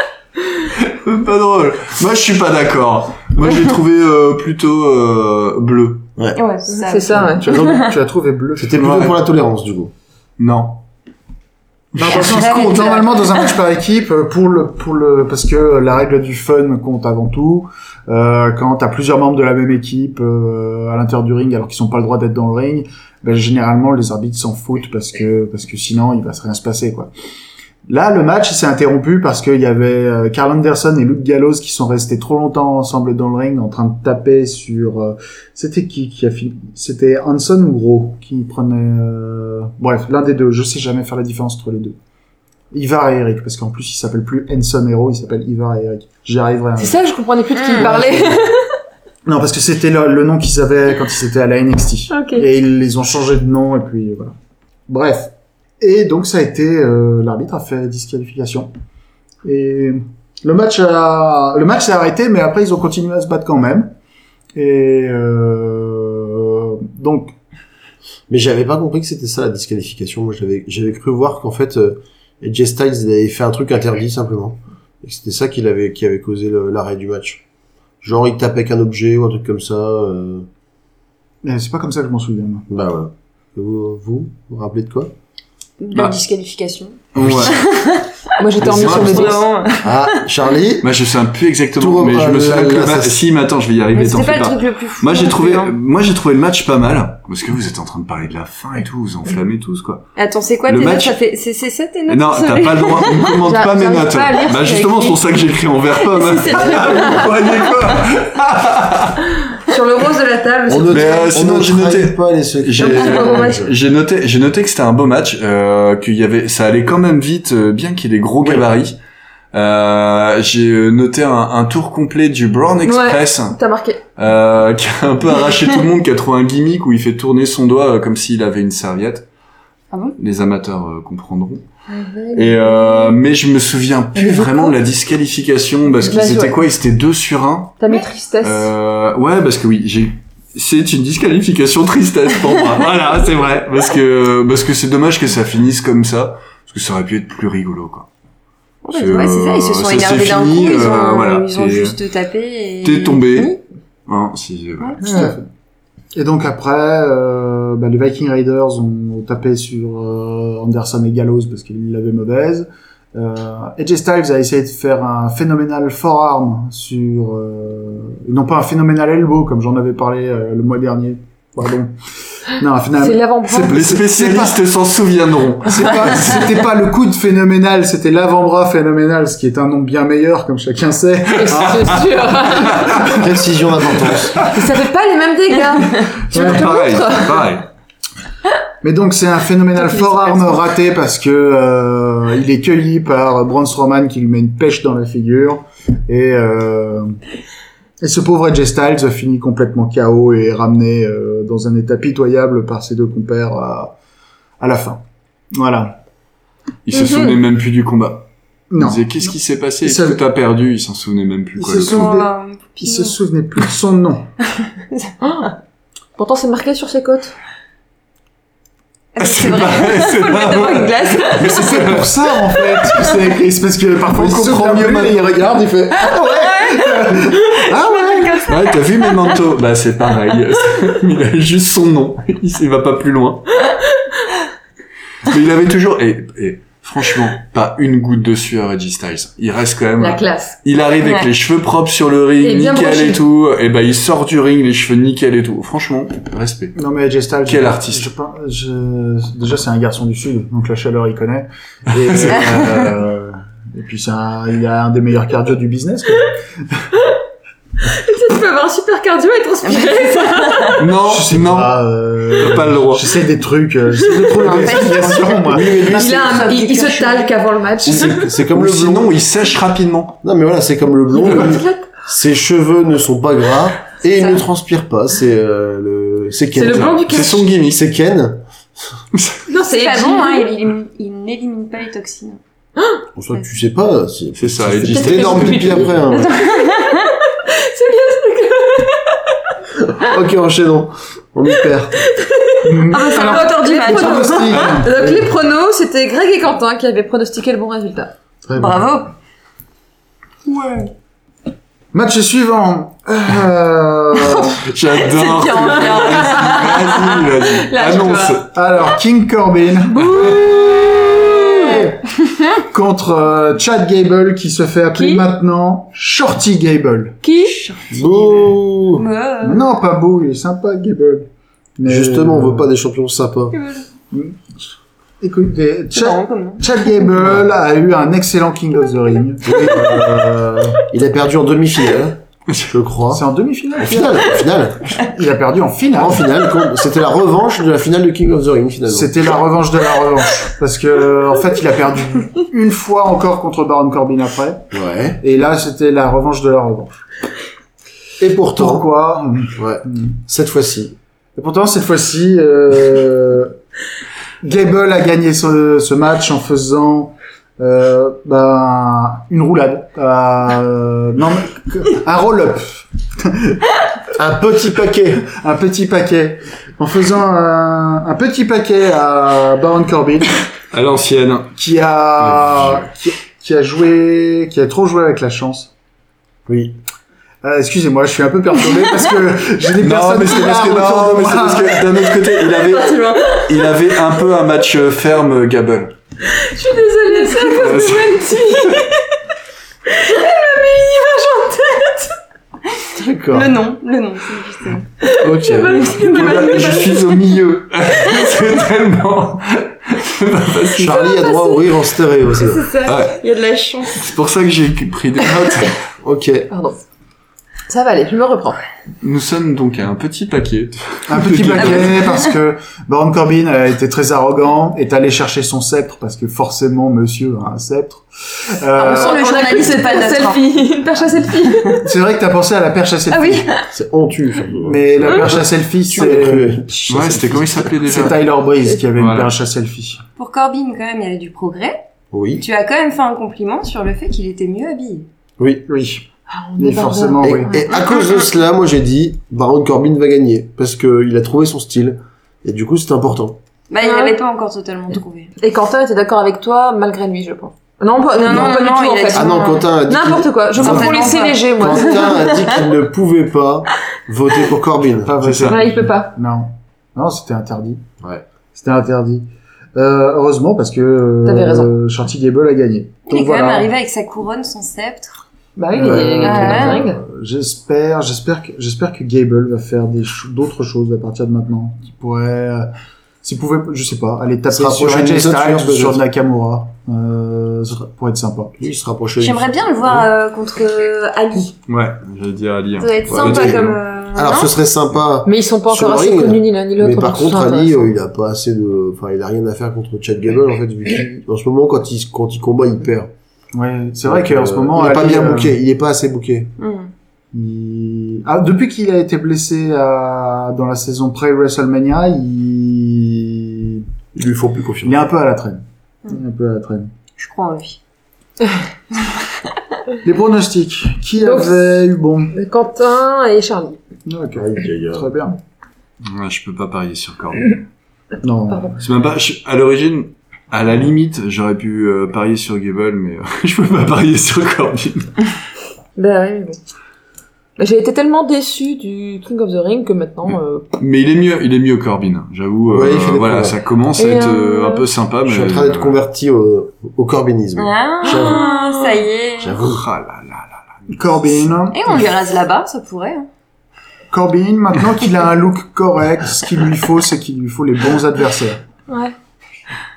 Pas drôle. Moi, je suis pas d'accord. Moi, je l'ai trouvé euh, plutôt euh, bleu. Ouais, c'est ça. C'est ça, ouais. Tu as, donc- tu as trouvé bleu. C'était plutôt Ouais. pour la tolérance, du coup. Non. Non, attention, ce compte, normalement, dans un match par équipe, euh, pour le, pour le, parce que la règle du fun compte avant tout. Euh, quand t'as plusieurs membres de la même équipe euh, à l'intérieur du ring, alors qu'ils n'ont pas le droit d'être dans le ring, ben, généralement les arbitres s'en foutent parce que parce que sinon il va se rien se passer quoi. Là, le match il s'est interrompu parce qu'il y avait euh, Carl Anderson et Luke Gallows qui sont restés trop longtemps ensemble dans le ring en train de taper sur. euh, C'était qui qui a fini C'était Hanson ou Gros qui prenait. euh, Bref, l'un des deux. Je sais jamais faire la différence entre les deux. Ivar et Eric, parce qu'en plus il s'appelle plus Hanson Hero, il s'appelle Ivar et Eric. J'y arriverai. un C'est ça, je comprenais plus de qui il Mm. parlait. non, parce que c'était le, le nom qu'ils avaient quand ils étaient à la NXT. Ok. Et ils les ont changé de nom, et puis euh, voilà. Bref. Et donc ça a été... euh, L'arbitre a fait disqualification. Et le match, a, le match s'est arrêté, mais après ils ont continué à se battre quand même. Et euh, donc Mais j'avais pas compris que c'était ça la disqualification. Moi, j'avais, j'avais cru voir qu'en fait, euh, AJ Styles il avait fait un truc interdit simplement, et que c'était ça qui avait, qui avait causé le- l'arrêt du match. Genre, il tapait avec un objet ou un truc comme ça. euh, euh, c'est pas comme ça que je m'en souviens. Bah voilà. Vous, vous vous rappelez de quoi De Bah. la disqualification. Ouais. Moi, j'étais en Mais mission c'est de vrai, dos. Ah, Charlie. Moi, je sais un peu exactement, Tout mais je reprend, me souviens le- que le la- match. ça- Si, mais attends, je vais y Mais arriver. T'en C'était fais pas le pas. truc le plus fou. Moi, j'ai non trouvé, plus, hein. moi, j'ai trouvé le match pas mal. Parce que vous êtes en train de parler de la fin et tout, vous enflammez tous, quoi. Attends, c'est quoi Le tes notes match- Ça fait. C'est c'est ça tes Et notes non, t'as désolé. pas le droit, on ne commente J'a- pas mes j'arrive notes. pas à lire ce bah, qu'il y a justement, c'est écrit. pour ça que j'écris en vert pomme. Si, c'est très Vous croyez quoi? Sur le rose de la table. On ne, Mais, euh, on sinon, ne j'ai trahit noté. pas les secrets. J'ai- J'ai noté, j'ai noté que c'était un beau match, euh, qu'il y avait, ça allait quand même vite, euh, bien qu'il y ait des gros gabarits. Euh, j'ai euh, noté un, un tour complet du Brown Express, T'as marqué. euh, qui a un peu arraché tout le monde, qui a trouvé un gimmick où il fait tourner son doigt euh, comme s'il avait une serviette. Ah bon Les amateurs euh, comprendront. Et euh, mais je me souviens plus vraiment de la disqualification parce qu'ils Bah, étaient ouais. quoi Ils étaient deux sur un. T'as mis tristesse. Euh, ouais, parce que oui, j'ai. C'est une disqualification tristesse pour moi. voilà, c'est vrai. Parce que parce que c'est dommage que ça finisse comme ça, parce que ça aurait pu être plus rigolo, quoi. Ouais, ouais, c'est ça, ils se Ça, sont c'est énervés d'un coup, fini, ils ont, euh, voilà, ils ont t'es- juste tapé et... Mmh. t'es tombé. Oui, Hein, si, euh, Hmm. ouais. Tout à fait. Et donc après, euh, bah, les Viking Raiders ont tapé sur euh, Anderson et Gallows parce qu'ils l'avaient mauvaise. Euh, AJ Styles a essayé de faire un phénoménal forearm sur... Euh, non pas un phénoménal elbow comme j'en avais parlé euh, le mois dernier. Pardon. Non, un C'est phénoménal... l'avant-bras. c'est- Les c'est- spécialistes s'en souviendront. c'est pas- C'était pas le coude phénoménal, c'était l'avant-bras phénoménal, ce qui est un nom bien meilleur comme chacun sait. C'est sûr. Précision d'importance. Mais ça fait pas les mêmes dégâts. Tu veux que je te Pareil, montre pareil. Mais donc c'est un phénoménal Tant pis, forearm c'est pas raté parce que euh, il est cueilli par Braun Strowman qui lui met une pêche dans la figure et euh, et ce pauvre Edge Styles finit complètement KO et est ramené euh, dans un état pitoyable par ses deux compères à, à la fin. Voilà. Ils se Mhm. souvenaient même plus du combat. Non. Ils disaient qu'est-ce qui s'est passé Ils se- Tout a perdu. Ils s'en souvenaient même plus. Ils Quoi, se le sont- combat. Oh, Il se souvenait plus de son nom. Pourtant, c'est marqué sur ses côtes. Ah, C'est pas- vrai. c'est Faut le pas mettre devant une glace. Mais c'est fait pour ça en fait. C'est c'est parce que parfois On il se comprend souvient mieux plus et il maintenant. regarde, il fait ah ouais, ah ouais. Ouais, t'as vu mes manteaux Bah c'est pareil. Il a juste son nom. Il s- il va pas plus loin. Mais il avait toujours. Et, et franchement, pas une goutte de sueur Reggie Styles. Il reste quand même. La classe. Il arrive avec Ouais. les cheveux propres sur le ring, Et bien nickel broché. et tout. Et bah il sort du ring, les cheveux nickel et tout. Franchement, respect. Non mais AJ Styles, Quel je- artiste. je pense- je- déjà c'est un garçon du sud, donc la chaleur il connaît. Et, euh, et puis c'est un, il a un des meilleurs cardio du business. quoi. Tu peux avoir un super cardio et transpirer. Non, Je sais non. pas, euh, T'as pas le droit. J'essaie des trucs, euh, j'essaie de trouver En des fait, explications. Moi. Il, a un- il, il se talque avant le match. C'est c'est comme Ou le sinon, blond. il sèche rapidement. Non, mais voilà, c'est comme le blond. Il se talque. Ses cheveux ne sont pas gras et C'est il ça. ne transpire pas. C'est euh, le, c'est Ken. C'est le blanc du C'est cash. son gimmick. C'est Ken. Non, C'est pas Edgy. bon, hein, il, élimine- il n'élimine pas les toxines. Bon, ça, tu sais pas. C'est C'est ça, Edgy C'est Styles. énorme pipi après. hein. C'est bien. ok, enchaînons. On y perd. Ah bah, c'est Alors, encore du les match. pronos. fantastique. Donc les pronos, c'était Greg et Quentin qui avaient pronostiqué le bon résultat. Très bien. Bravo. Match suivant. Euh, Oh. J'adore. bien, Vas-y, vas-y. Lâche-toi. Annonce. alors, King Corbin. contre euh, Chad Gable qui se fait appeler Qui maintenant Shorty Gable. Qui Bouh. Euh, Non, pas beau, il est sympa Gable. Mais- euh, Justement, on veut pas des champions sympas. Écoutez, C'est Chad, marrant comme nom. Chad Gable a eu un excellent King of the Ring. Euh, il a perdu en demi-finale, je crois. C'est en demi-finale. En finale, en finale. Il a perdu en finale. En finale, con- c'était la revanche de la finale de King of the Ring, finalement. C'était la revanche de la revanche. Parce que, euh, en fait, il a perdu une fois encore contre Baron Corbin après. Ouais. Et là, c'était la revanche de la revanche. Et pourtant, Pourquoi ouais, Hmm. cette fois-ci, Et pourtant, cette fois-ci, euh, Gable a gagné ce, ce match en faisant euh, ben, une roulade. Euh, non, mais- un roll-up, un petit paquet. un petit paquet. En faisant un, un petit paquet à Baron Corbin, À l'ancienne. qui a, qui, qui a joué, qui a trop joué avec la chance. Oui. Euh, Excusez-moi, je suis un peu perturbé parce que j'ai des Non, personnes mais qui c'est parce que, larment autour non, de mais c'est moi. parce que d'un autre côté, il avait, Parti loin. il avait un peu un match euh, ferme, Gable. Je suis désolée, c'est à cause de Wendy. D'accord. Le nom, le nom, c'est juste. euh, Ok. Voilà, je suis au milieu. c'est tellement. c'est pas facile. Charlie a droit au rire en stéréo, c'est vrai. C'est ça. Ouais. Il y a de la chance. C'est pour ça que j'ai pris des notes. Ok. Pardon. Ça va aller, je me reprends. Nous sommes donc à un petit paquet. Un petit paquet parce que Baron Corbin a été très arrogant, est allé chercher son sceptre parce que forcément monsieur a un sceptre. Euh, On le a journaliste, cru que c'est c'était pas une notre selfie, une perche à selfie. c'est vrai que t'as pensé à la perche à selfie. Ah oui. Mmh. C'est honteux. surtout. Mais la perche à selfie, Tu l'as c'est cru. Ouais, c'était comment il s'appelait déjà c'est Tyler Breeze qui avait une Voilà. perche à selfie. Pour Corbin, quand même, il y avait du progrès. Oui. Tu as quand même fait un compliment sur le fait qu'il était mieux habillé. Oui. Oui, Ah, on mais est forcément Et, oui. et à cause de cela, moi j'ai dit, Baron Corbin va gagner parce que il a trouvé son style et du coup c'est important. Bah, il Ouais. l'avait pas encore totalement trouvé. Et Quentin était d'accord avec toi, malgré lui, je pense. Non, pas, non, Non, non, non, pas du non, tout, en il a fait. dit- Ah non, Quentin a dit qu'il- N'importe quoi, je Non. comprends laisser Certainement léger, moi. Quentin a dit qu'il ne pouvait pas voter pour Corbin. Pas C'est ça. voté. Ouais, il peut pas. Non, non, c'était interdit. Ouais. C'était interdit. Euh, heureusement parce que T'avais raison. euh, Shorty Gable a gagné. Il est Donc quand voilà. même arrivé avec sa couronne, son sceptre. Bah oui, il Euh, est il est ouais. dans le ring. J'espère, j'espère que, j'espère que Gable va faire des cho- d'autres choses à partir de maintenant. Qui pourrait, euh, s'il pouvait, je sais pas, aller taper Se sur rapprocher AJ des autres Styles, joueurs, sur peut-être. Nakamura, euh, ça pourrait être sympa. Il se rapprochait. du- J'aimerais bien le voir euh, contre euh, Ali. Ouais, j'allais dire Ali. hein. Ça doit être Ouais, sympa ok. comme. euh, Alors non ce serait sympa, Mais ils sont pas Sur encore le assez ring, connus ni l'un ni l'autre. mais par donc contre ça Ali, intéresse. euh, il a pas assez de, enfin il a rien à faire contre Chad Gable en fait. Vu qu'il- en ce moment quand il quand il combat il perd. Ouais, c'est vrai Donc, qu'en euh, ce moment, il est pas Ali, bien euh, booké, il est pas assez booké. Hmm. il- Ah, depuis qu'il a été blessé à... dans la saison pré-WrestleMania, il... Il lui faut plus confiance. il est un peu à la traîne. Il est un peu à la traîne. Je crois en lui. Les pronostics. Qui Donc- avait eu bon? Quentin et Charlie. Ok. Aïe, aïe, aïe. Très bien. Ouais, je peux pas parier sur Corbin. Non. Pardon. C'est même pas. je- à l'origine, à la limite, j'aurais pu euh, parier sur Gable, mais euh, je peux pas parier sur Corbin. Bah ouais, mais bon. J'ai été tellement déçue du King of the Ring que maintenant. euh, Mais il est mieux, il est mieux Corbin. J'avoue. Ouais, euh, il fait des voilà, progrès. ça commence à Et, être euh, euh, un peu sympa. Je suis mais, en train d'être euh, converti au, au corbinisme. Ah, J'avoue. ça y est. J'avoue. Ah là là là. Corbin. Et on lui rase la barbe, ça pourrait. hein. Corbin, maintenant qu'il a un look correct, ce qu'il lui faut, c'est qu'il lui faut les bons adversaires. Ouais.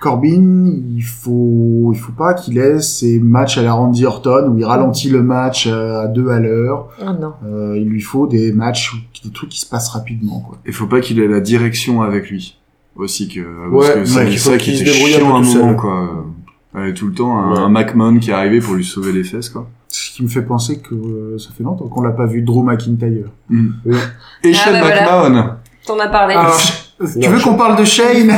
Corbin, il faut, il faut pas qu'il ait ces matchs à la Randy Orton où il ralentit le match euh, à deux à l'heure. Ah non. Euh, il lui faut des matchs, où- des trucs qui se passent rapidement, quoi. Il faut pas qu'il ait la direction avec lui aussi que. Ouais, parce que c'est ouais, il faut ça qui qu'il se était débrouille chiant à un un peu tout moment seul. quoi. Euh, tout le temps un, Ouais. un McMahon qui est arrivé pour lui sauver les fesses quoi. Ce qui me fait penser que euh, ça fait longtemps qu'on l'a pas vu Drew McIntyre. Et Ah, Shane bah voilà. McMahon. T'en as parlé. Ah, Alors, tu veux qu'on parle de Shane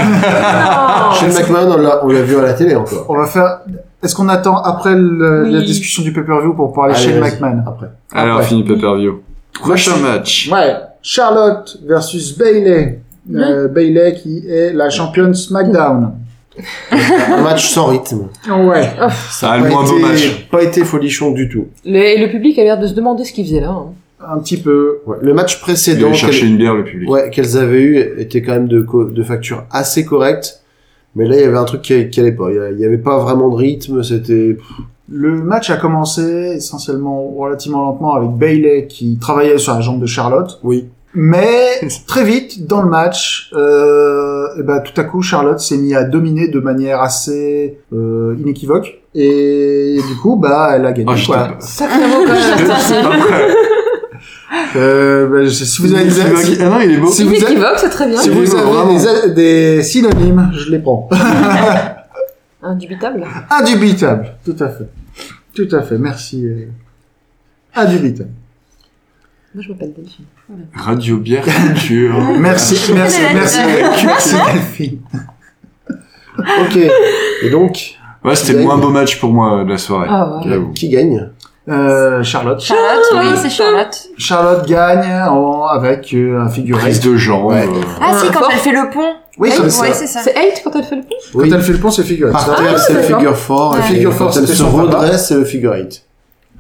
Shane McMahon, on l'a- on l'a vu à la télé encore. On va faire. Est-ce qu'on attend après le- Oui. la discussion du pay-per-view pour parler Allez, Shane vas-y. McMahon Après. Ah, Alors Après. fini pay per view. Prochain match. Ouais. Charlotte versus Bailey. Euh, Bailey qui est la championne SmackDown. Un match sans rythme. Ouais. Ça a Pas le moins beau été- match. Pas été folichon du tout. Le, et le public a l'air de se demander ce qu'il faisait là. hein. Un petit peu. Ouais. Le match Il précédent allait chercher qu'elles une bière, le public. euh, ouais, qu'elles avaient eu était quand même de, co- de facture assez correcte. Mais là, il y avait un truc qui, qui allait pas. Il y a- il y avait pas vraiment de rythme. C'était Le match a commencé essentiellement relativement lentement avec Bailey qui travaillait sur la jambe de Charlotte. Oui. Mais très vite dans le match, euh, eh ben, tout à coup Charlotte s'est mise à dominer de manière assez euh, inéquivoque et du coup bah elle a gagné. Oh, j'étais quoi. pas- Sacré mot quand même. C'est pas vrai. Euh, ben, je- si vous avez des, si- Ah non, il est beau. Si Il vous êtes- équivoque, c'est très bien. si vous avez Vraiment. des a- des synonymes, je les prends. Indubitable. Indubitable, tout à fait. Tout à fait, merci. euh. Indubitable. Moi, je m'appelle Delphine. Radio bière culture. Merci, merci, Elle a- merci, euh, elle merci Delphine. ok. Et donc, Ouais, c'était le moins beau match pour moi euh, de la soirée. Ah ouais. J'avoue. qui gagne Euh, Charlotte. Charlotte, oui, c'est Charlotte. Charlotte gagne en- avec euh, un figure Prise eight. de jambes. Ouais. euh, Ah si, quand Fort. elle fait le pont. Oui, Elle- comme ouais, ça. c'est ça. C'est Eight quand elle fait le pont Quand elle fait le pont, c'est figure 8. Par terre, c'est le d'accord. figure fort. Ouais. et Figure quand four, elle c'était se son papa. redresse, c'est le figure 8.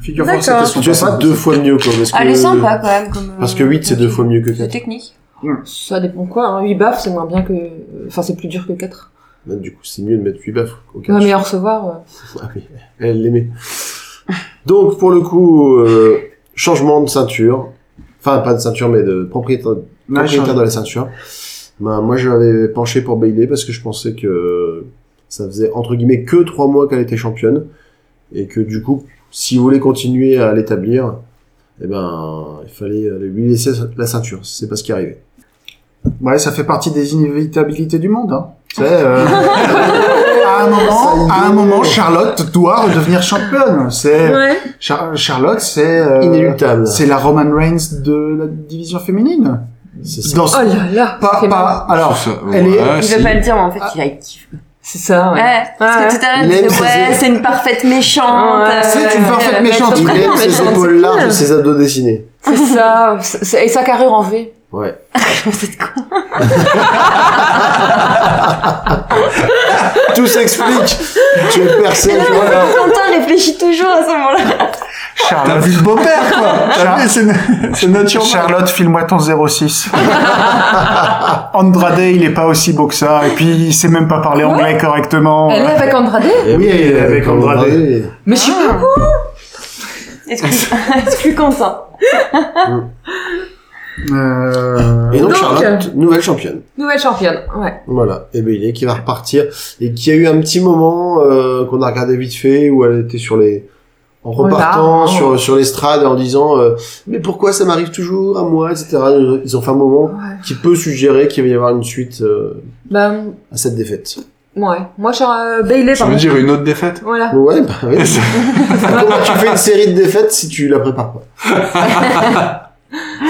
Figure D'accord. four, c'était son Tu vois, c'est papa. deux fois mieux, quoi. Parce Ah, Elle que, est sympa quand même. Comme, Parce que 8, c'est deux fois mieux que C'est 4. technique. Ça dépend quoi. Hein. 8 baffes, c'est moins bien que. Enfin, c'est plus dur que 4. Bah, Du coup, c'est mieux de mettre 8 baffes au Ouais, catch. mais à recevoir. euh, Ah oui, elle l'aimait. Donc, pour le coup, euh, changement de ceinture. Enfin, pas de ceinture, mais de propriétaire, Ouais, propriétaire Charlotte. de la ceinture. Ben, moi, j'avais penché pour Bailey parce que je pensais que ça faisait, entre guillemets, que trois mois qu'elle était championne. Et que, du coup, si vous voulez continuer à l'établir, eh ben, il fallait euh, lui laisser la ceinture. C'est pas ce qui est arrivé. Ouais, ça fait partie des inévitabilités du monde. Hein. Tu sais, euh, à, un moment, à un moment, Charlotte doit redevenir championne. C'est Ouais. Char- Charlotte, c'est euh, Inéluctable. c'est la Roman Reigns de la division féminine. C'est ça. Dans Oh ce- là là. ça pas, fait mal. pas, alors, ça, elle est- ouais, Il si. veut pas le dire, mais en fait, il a kiffé. C'est ça. Ouais. Ah, Ouais, parce que tout à l'heure, Il il aime disait, ses ouais, épaules. c'est une parfaite méchante. Ouais, euh, c'est une euh, parfaite elle va être méchante. Il surprise, aime mais ses c'est épaules larges cool. et ses abdos dessinés. C'est ça. C'est- Et sa carrure en V. Ouais. Vous êtes con. Tout s'explique. tu es Et personne. là, Voilà. Quentin réfléchit toujours à ce moment-là. T'as Charlotte, vu le beau-père, quoi T'as Char- vu, c'est na- c'est nature. Charlotte, file-moi ton 06. Andrade, il est pas aussi beau que ça, et puis il sait même pas parler anglais correctement. Elle est avec Andrade Eh Oui, elle est avec Andrade. Mais je suis Ah. pas con. Excuse- Excuse Quentin. Euh, Et donc, Donc, Charlotte, nouvelle championne. Nouvelle championne. Ouais. Voilà. Eh Et Bailey qui va repartir et qui a eu un petit moment euh, qu'on a regardé vite fait où elle était sur les en Voilà. repartant sur sur l'estrade en disant euh, mais pourquoi ça m'arrive toujours à moi etc. Ils ont fait un moment Ouais. qui peut suggérer qu'il va y avoir une suite euh, Bah, à cette défaite. ouais. Moi, je suis euh, Bailey, Je veux pardon. dire une autre défaite. Voilà. Ouais, bah oui. Comment tu fais une série de défaites si tu la prépares pas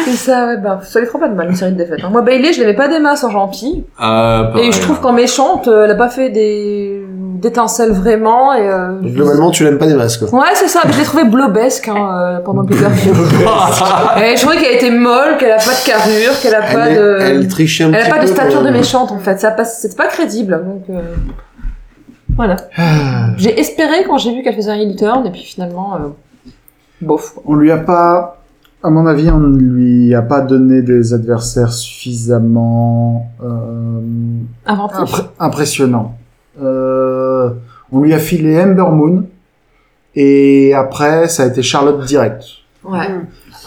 C'est ça, ouais, bah, ça lui fera pas de mal, une série de défaites. hein. Moi, Bailey, je l'aimais pas des masses en gentil. Ah, et je trouve qu'en méchante, euh, elle a pas fait des, d'étincelles vraiment, et euh, Donc, Globalement, tu l'aimes pas des masques. quoi. Ouais, c'est ça, mais je l'ai trouvée blobesque, hein, euh, pendant plusieurs films. Et je trouvais qu'elle était molle, qu'elle a pas de carrure, qu'elle a pas elle, de... elle trichait un Elle petit a pas de peu, stature mais- de méchante en fait, ça passe, c'est pas crédible. Donc euh, voilà. Ah. J'ai espéré quand j'ai vu qu'elle faisait un heel turn et puis finalement, euh, bof. On lui a pas, à mon avis, on ne lui a pas donné des adversaires suffisamment euh, Inventif. impré- impressionnants. Euh, on lui a filé Ember Moon, et après, ça a été Charlotte direct. Ouais.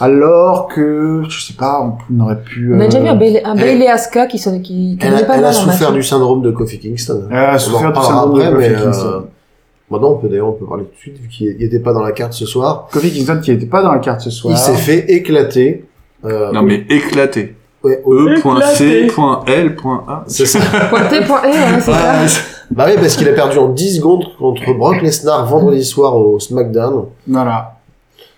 Alors que, je sais pas, on on aurait pu... On a euh, déjà vu un Bailey, un Bailey Asuka qui sonne, qui, qui Elle, donnait a- pas elle a mal en souffert match. du syndrome de Kofi Kingston. Elle a souffert en euh, du parlera syndrome de après, Kofi mais, euh, Kingston. Maintenant, on peut d'ailleurs, on peut parler tout de suite, vu qu'il n'était pas dans la carte ce soir. Kofi Kingston qui n'était pas dans la carte ce soir. Il s'est fait éclater. Euh, Non, mais éclaté. E ouais, ouais, E.C.L.A. c'est ça. Point T, point E, hein, c'est ça. bah oui, parce qu'il a perdu en 10 secondes contre Brock Lesnar vendredi soir au SmackDown. Voilà.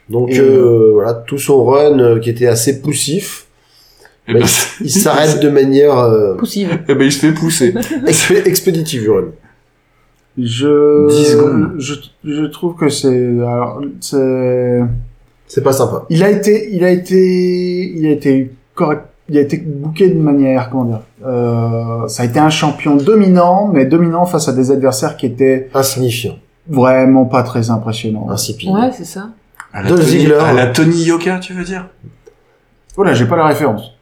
Donc, Et- euh, voilà, tout son run euh, qui était assez poussif, Eh ben, Mais c'est- il s'arrête de manière euh, Poussive. Eh ben, il se fait pousser. expé- expéditive, le run. Je... 10 secondes. Je, je trouve que c'est... Alors, c'est... C'est pas sympa. Il a été, il a été, il a été correct- il a été booké de manière, comment dire, euh, ça a été un champion dominant, mais dominant face à des adversaires qui étaient Insignifiant, vraiment pas très impressionnants. insipide. Ouais, c'est ça. À la, Dolph Tony, Ziggler. à la Tony Yoka, tu veux dire Voilà, j'ai pas la référence.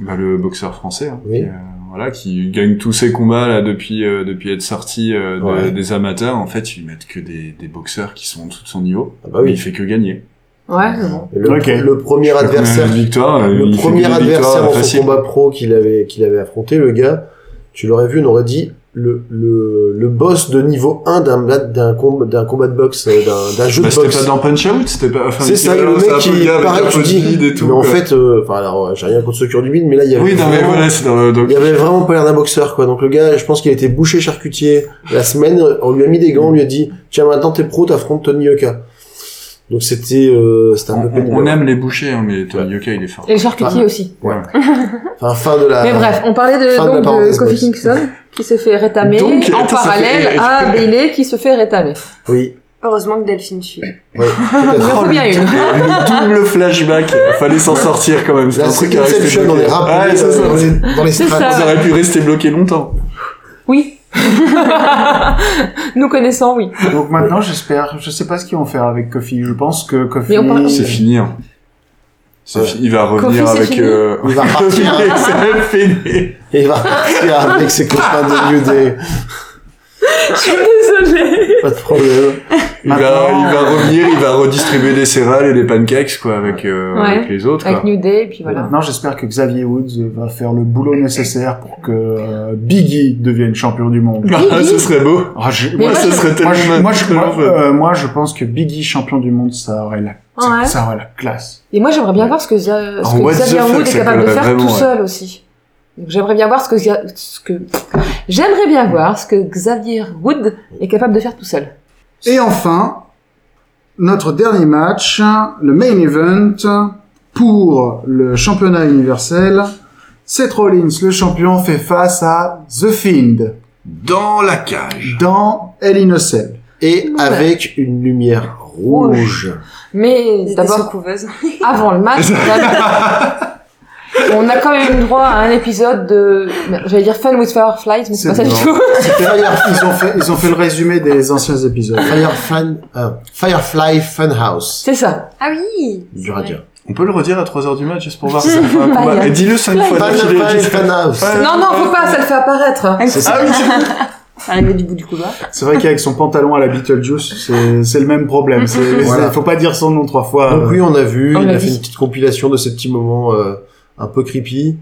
bah, Le boxeur français, hein, Oui. qui, euh, voilà, qui gagne tous ses combats là depuis euh, depuis être sorti euh, de- Ouais. des amateurs. En fait, ils mettent que des, des boxeurs qui sont en dessous de son niveau. Ah bah oui. Mais Il fait que gagner. euh, Ouais, mais bon. Le, Ok. le premier adversaire, victoire. Ah, le premier adversaire en son Bah, combat pro qu'il avait, qu'il avait affronté, le gars, tu l'aurais vu, on aurait dit le, le, le boss de niveau 1 d'un d'un combat, d'un combat de boxe, euh, d'un d'un jeu Bah, de c'était boxe. pas dans Punch Out, c'était pas. enfin, C'est ça, c'était- le c'est un mec peu qui gars avec paraît un que tu peu de dis. vide et tout, mais en quoi. fait, euh, enfin, alors, j'ai rien contre ceux qui ont du vide, mais là, il y avait. Oui, non, mais vraiment- voilà, c'est dans. donc, Il y avait vraiment pas l'air d'un boxeur, quoi. Donc le gars, je pense qu'il a été bouché charcutier la semaine. On lui a mis des gants, on lui a dit, tiens, maintenant t'es pro, t'affrontes Tony Oka. Donc c'était, euh, c'était un On, peu on- pénible. on aime les bouchers, hein, mais Tony Yoka, il est fort. Et le charcutier aussi. Enfin, fin de la. Mais bref, on parlait de, Fin de la donc, de, parenthèse, Kofi boss. Kingston qui se fait rétamer Donc, en attends, ça parallèle fait- à Bailey qui se fait rétamer. Oui. Heureusement que Delphine suit. Ouais, Il en peut-être. faut bien une. Oh, Le double flashback, fallait s'en sortir quand même. C'est Là, un c'est truc qui a resté Inception, on bloqué. est Ouais, c'est rappelé ça. euh, dans les- dans les C'est strates. ça. Ils auraient pu rester bloqués longtemps. Oui. Nous connaissons, oui. Donc maintenant, j'espère, je sais pas ce qu'ils vont faire avec Kofi. Je pense que Kofi. Mais on parle- C'est fini. hein. C'est Ouais. fi- Il va revenir Kofi, c'est avec. fini. euh, Il va Kofi, partir. c'est fini. Et il va partir avec ses copains de New Day. Je suis désolée. Pas de problème. Il va, Maintenant- il euh, va revenir, il va redistribuer des céréales et des pancakes quoi avec, euh, Ouais. avec les autres. Avec Quoi. New Day, et puis voilà. Maintenant, j'espère que Xavier Woods va faire le boulot nécessaire pour que euh, Biggie devienne champion du monde. Ah, ce serait beau. Ah, je- Mais Moi, moi, ce je- serait moi, tellement. je, moi, je, tellement moi, fun. euh, moi, je pense que Biggie champion du monde, ça aurait la, ça- Ouais. ça aurait la classe. Et moi, j'aimerais bien voir ce que, Zia- ce En que what the Xavier fuck, Wood est ça capable de collerait faire vraiment, tout ouais. seul aussi. Donc, J'aimerais bien voir ce que, Xia- ce que, j'aimerais bien voir ce que Xavier Wood est capable de faire tout seul. Et enfin, notre dernier match, le main event pour le championnat universel. Seth Rollins, le champion, fait face à The Fiend Dans la cage. dans Hell in a Cell. Et avec une lumière rouge. Mais D'abord d'abord, couveuse. avant le match, on a quand même droit à un épisode de, j'allais dire Fun with Fireflies, mais c'est pas C'est ça du bon. tout. C'était hier, ils ont fait, ils ont fait le résumé des anciens épisodes. Firefly, euh, Firefly Funhouse. C'est ça. Ah oui Dur à dire. On peut le redire à 3h du match juste pour voir si ça fait un combat. Fire. Et dis-le 5 Bah, fois d'affilée. Firefly Funhouse. Ouais. Non, non, faut pas, ça le fait apparaître. hein. C'est Ah ça. Arrivé du bout du couloir. C'est vrai qu'avec son pantalon à la Beetlejuice, c'est- c'est le même problème. C'est- Voilà. Faut pas dire son nom trois fois. Donc oui, on a vu, On il l'a a fait dit. une petite compilation de ces petits moments euh, un peu creepy.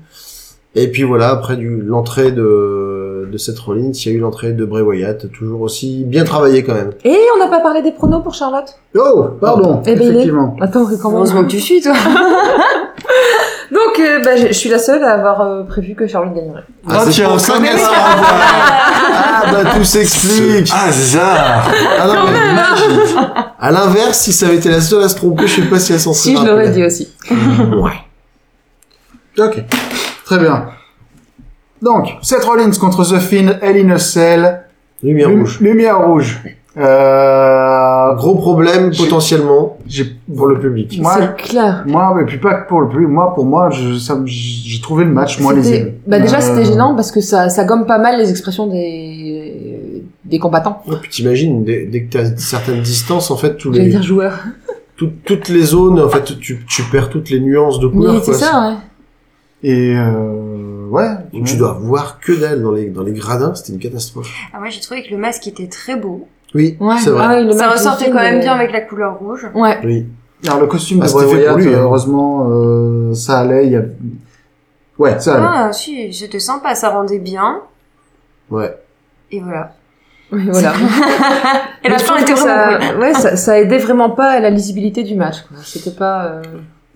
Et puis voilà, après du- l'entrée de, de Seth Rollins, il y a eu l'entrée de Bray Wyatt, toujours aussi bien travaillé quand même. Et on n'a pas parlé des pronos pour Charlotte. Oh, pardon. Eh ben, il est- effectivement. Attends, comment Heureusement que tu suis, toi. Donc, euh, bah, je je suis la seule à avoir euh, prévu que Charlotte gagnerait. Ah, c'est tiens, pour ça comme qu'elle ça. sera là. Ah bah tout s'explique. Hasard. Ah, non, mais hein. magique. À l'inverse, si ça avait été la seule à se tromper, je sais pas si elle s'en Si, serait je l'aurais dit rappelée. aussi. Ok. Très bien. Donc, Seth Rollins contre The Finn, Hell in a Cell. Lumière Lum- rouge. Lumière rouge. Euh, Hum. Gros problème J'ai- potentiellement j'ai- pour le public. Moi- C'est clair. moi, mais puis pas que pour le plus. Moi, pour moi, je- ça- j'ai trouvé le match, moi, C'était- les Euh, Bah, déjà, c'était gênant parce que ça, ça gomme pas mal les expressions des, des combattants. Et puis t'imagines, dès, dès que t'as certaines distances, en fait, tous J'allais les, dire joueurs. tout- toutes les zones, en fait, tu, tu perds toutes les nuances de couleur. Mais c'est quoi. ça, ouais. Et, euh, ouais. Donc tu dois voir que dalle dans les, dans les gradins, c'était une catastrophe. Ah, moi, j'ai trouvé que le masque était très beau. Oui, Ouais, c'est vrai. ah ouais, le ça match ressortait de quand même film, bien euh, avec la couleur rouge. Ouais. Oui. Alors, le costume, Ah, de c'était Bray fait pour Wyatt, lui, hein. heureusement, euh, ça allait, il y a... Ouais, ça allait. Ah, si, c'était sympa, ça rendait bien. Ouais. Et voilà. Oui, voilà. Et la Mais je fin trouve était que vraiment cool. ça, ouais, ça, ça aidait vraiment pas à la lisibilité du match. quoi. C'était pas. euh,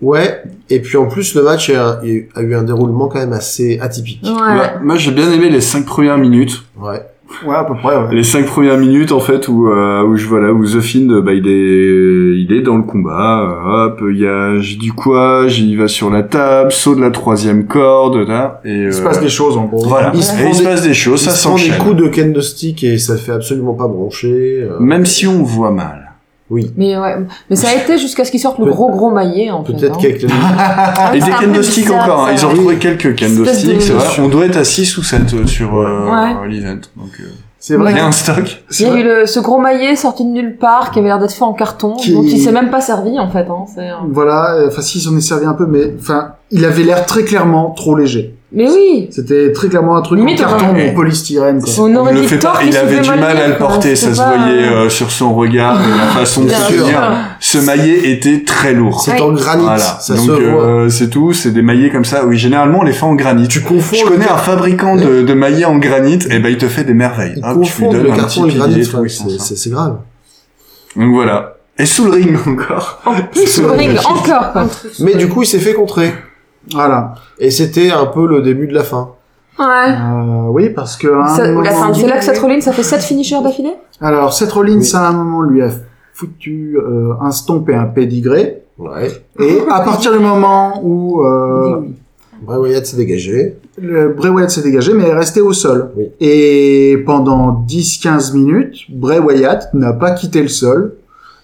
Ouais. Et puis en plus, le match a, a eu un déroulement quand même assez atypique. Ouais. Bah, moi, j'ai bien aimé les 5 premières minutes. Ouais. Ah. Ouais, à peu près, ouais. Les 5 premières minutes, en fait, où, euh, où je, voilà, où The Find, bah, il est, il est dans le combat. euh, hop, il y a, j'ai dit quoi, j'y va sur la table, saut de la troisième corde, là, et, euh, Il se passe des choses, en gros. Voilà. Il se Et prend il se des- passe des choses, Il ça se prend des s'enchaîne. coups de Ken de stick et ça fait absolument pas broncher. euh, Même si on voit mal. Oui. Mais ouais, mais ça a été jusqu'à ce qu'il sorte le Peut- gros gros maillet en fait. Peut-être hein. qu'avec les... Et Ah, c'est des un peu candlesticks bizarre, encore, hein. ça, ils ont ouais. retrouvé quelques candlesticks, de- c'est vrai. On doit être à 6 ou 7 sur euh, Ouais. l'event. Donc, euh, C'est il vrai. y a un stock. Il y c'est a vrai. eu le, ce gros maillet sorti de nulle part qui avait l'air d'être fait en carton, Qui- donc il s'est même pas servi en fait. Hein, c'est un- Voilà, euh, enfin si, ils en est servi un peu, mais enfin, il avait l'air très clairement trop léger. Mais oui, C'était très clairement un truc Limite, en carton ouais. ou polystyrène. Quoi. on Il aurait le dit fait tort pas, qu'il il se avait fait du mal à le mollir, quoi. porter, ça C'est se pas- voyait euh, sur son regard, et la façon de Bien se sûr. tenir. Ce maillet était très lourd. C'est en granit, Voilà. ça Donc se voit. euh, c'est tout, c'est des maillets comme ça. Oui, généralement on les fait en granit. Tu confonds Je le- connais un fabricant de, de maillets en granit, et ben il te fait des merveilles. Ils Hop, tu lui confondent donnes le un carton petit et le granit, pilier, tout, ouais, ils sont c'est- ça. c'est c'est grave. Donc voilà. Et sous le ring encore. En plus, C'est sous le ring, logique. encore quoi. Mais du coup, il s'est fait contrer. Voilà. Et c'était un peu le début de la fin. Ouais. Euh, oui, parce que... à un Ah, Ça- moment- la fin du- C'est là que cette Rollins, ça fait 7 finishers d'affilée Alors, Seth Rollins, Oui. à un moment, lui a foutu euh, un stomp et un pédigré. Ouais. Et Ah, à partir du moment où euh, Bray Wyatt s'est dégagé. le Bray Wyatt s'est dégagé, mais est resté au sol. Oui. Et pendant 10-15 minutes, Bray Wyatt n'a pas quitté le sol.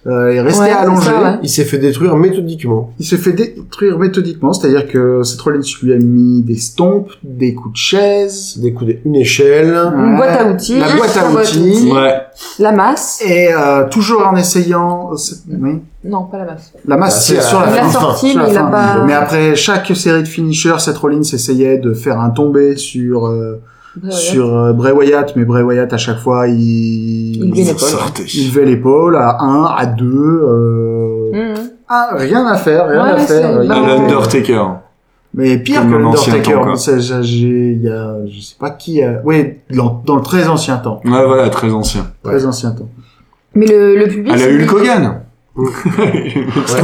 Euh, est resté Ouais, c'est allongé. ça, ouais. Il s'est fait détruire méthodiquement. Il s'est fait détruire méthodiquement, c'est-à-dire que Seth Rollins lui a mis des stompes, des coups de chaise, Des coups d'une échelle. Une Ouais. boîte à outils. la boîte à la boîte à outils, outils. Ouais. La masse. et euh, toujours en essayant c'est- oui, Non, pas la masse. la masse Ah, c'est c'est sur la la- Il l'a Enfin, sorti, sur la mais il a fin. pas. Mais après chaque série de finishers, Seth Rollins essayait de faire un tombé sur euh, Ouais, ouais. sur euh, Bray Wyatt, mais Bray Wyatt à chaque fois Il il levait Ça l'épaule. sortait. il levait l'épaule à 1, à 2 euh... Mhm. ah, rien à faire, rien Ouais, à faire. c'est- Il- Ah, ouais. L'Undertaker. Mais pire Comme que dans l'ancien l'Undertaker, temps, quoi. mais ça, j'ai- j'ai- il y a, je sais pas qui, a... ouais, dans, dans le très ancien temps, Ouais, voilà, très ancien. très ancien temps. Mais le, le public. Elle a eu le Kogan. Ouais.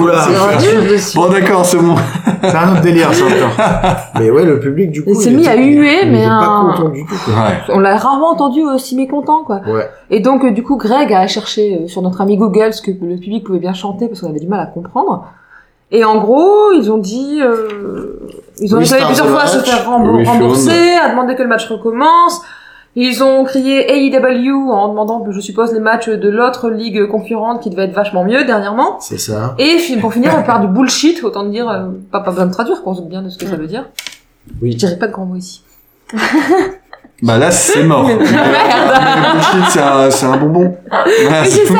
Oula, Ah, C'est revenu dessus. Bon, d'accord, c'est bon. c'est un autre délire, ça encore. Mais ouais, le public, du coup. Il s'est mis était- à huer, il mais était un- pas content du tout. quoi. Ouais. On l'a rarement entendu aussi mécontent, quoi. Ouais. Et donc, euh, du coup, Greg a cherché euh, sur notre ami Google ce que le public pouvait bien chanter parce qu'on avait du mal à comprendre. Et en gros, ils ont dit, euh, ils ont Oui, essayé stars plusieurs of the fois à se match, faire remb- oui, rembourser, à demander que le match recommence. Ils ont crié AEW en demandant, je suppose, les matchs de l'autre ligue concurrente qui devait être vachement mieux dernièrement. C'est ça. Et fi- pour finir, on part du bullshit, autant dire, euh, pas, pas besoin de traduire, qu'on se doute bien de ce que ça veut dire. Je Oui. dirais pas de grands mots ici. Bah là, c'est mort. Mais le bullshit, c'est un, c'est un bonbon. Voilà, Mais c'est tout.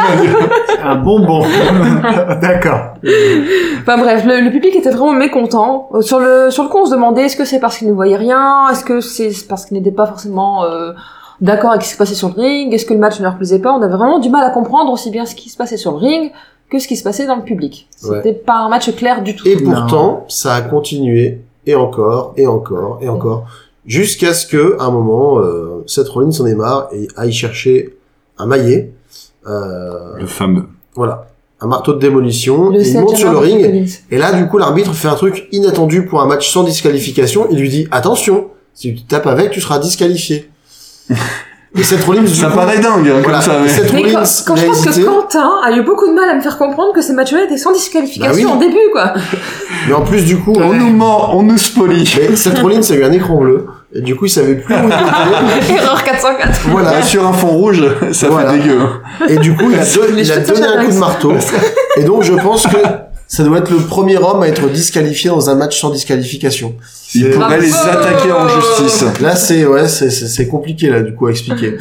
Un bonbon. D'accord. Enfin Bah, bref, le, le public était vraiment mécontent. Euh, Sur le sur le coup, on se demandait est-ce que c'est parce qu'il ne voyait rien, est-ce que c'est parce qu'il n'était pas forcément euh, d'accord avec ce qui se passait sur le ring, est-ce que le match ne leur plaisait pas. On avait vraiment du mal à comprendre aussi bien ce qui se passait sur le ring que ce qui se passait dans le public. Ouais. C'était pas un match clair du tout. Et Non. pourtant, ça a continué, et encore, et encore, et encore, jusqu'à ce que, à un moment, euh, Seth Rollins en ait marre et aille chercher un maillet, euh, Le fameux. voilà, un marteau de démolition, Le et il Seth monte sur le Rollins ring, Collins. et là, du coup, l'arbitre fait un truc inattendu pour un match sans disqualification. Il lui dit attention, si tu tapes avec, tu seras disqualifié. et cette Rollins, du Ça coup, paraît dingue, hein, voilà, comme ça, et mais. Seth Mais Rollins, quand, quand il je a pense hésité. que Quentin a eu beaucoup de mal à me faire comprendre que ces matchs-là étaient sans disqualification Bah oui. au début, quoi. Mais en plus, du coup, On on- nous ment, on nous spolie. mais Seth Rollins a eu un écran bleu. Et du coup, il savait plus où il était. Erreur 404. Voilà. Bah, sur un fond rouge, ça Voilà. fait dégueu. hein. Et du coup, il a, don- il a te donné tiens un coup de avec marteau. Et donc, je pense que ça doit être le premier homme à être disqualifié dans un match sans disqualification. Ils C'est- pourraient les Bravo attaquer en justice. Là, c'est ouais, c'est- c'est c'est compliqué là, du coup, à expliquer.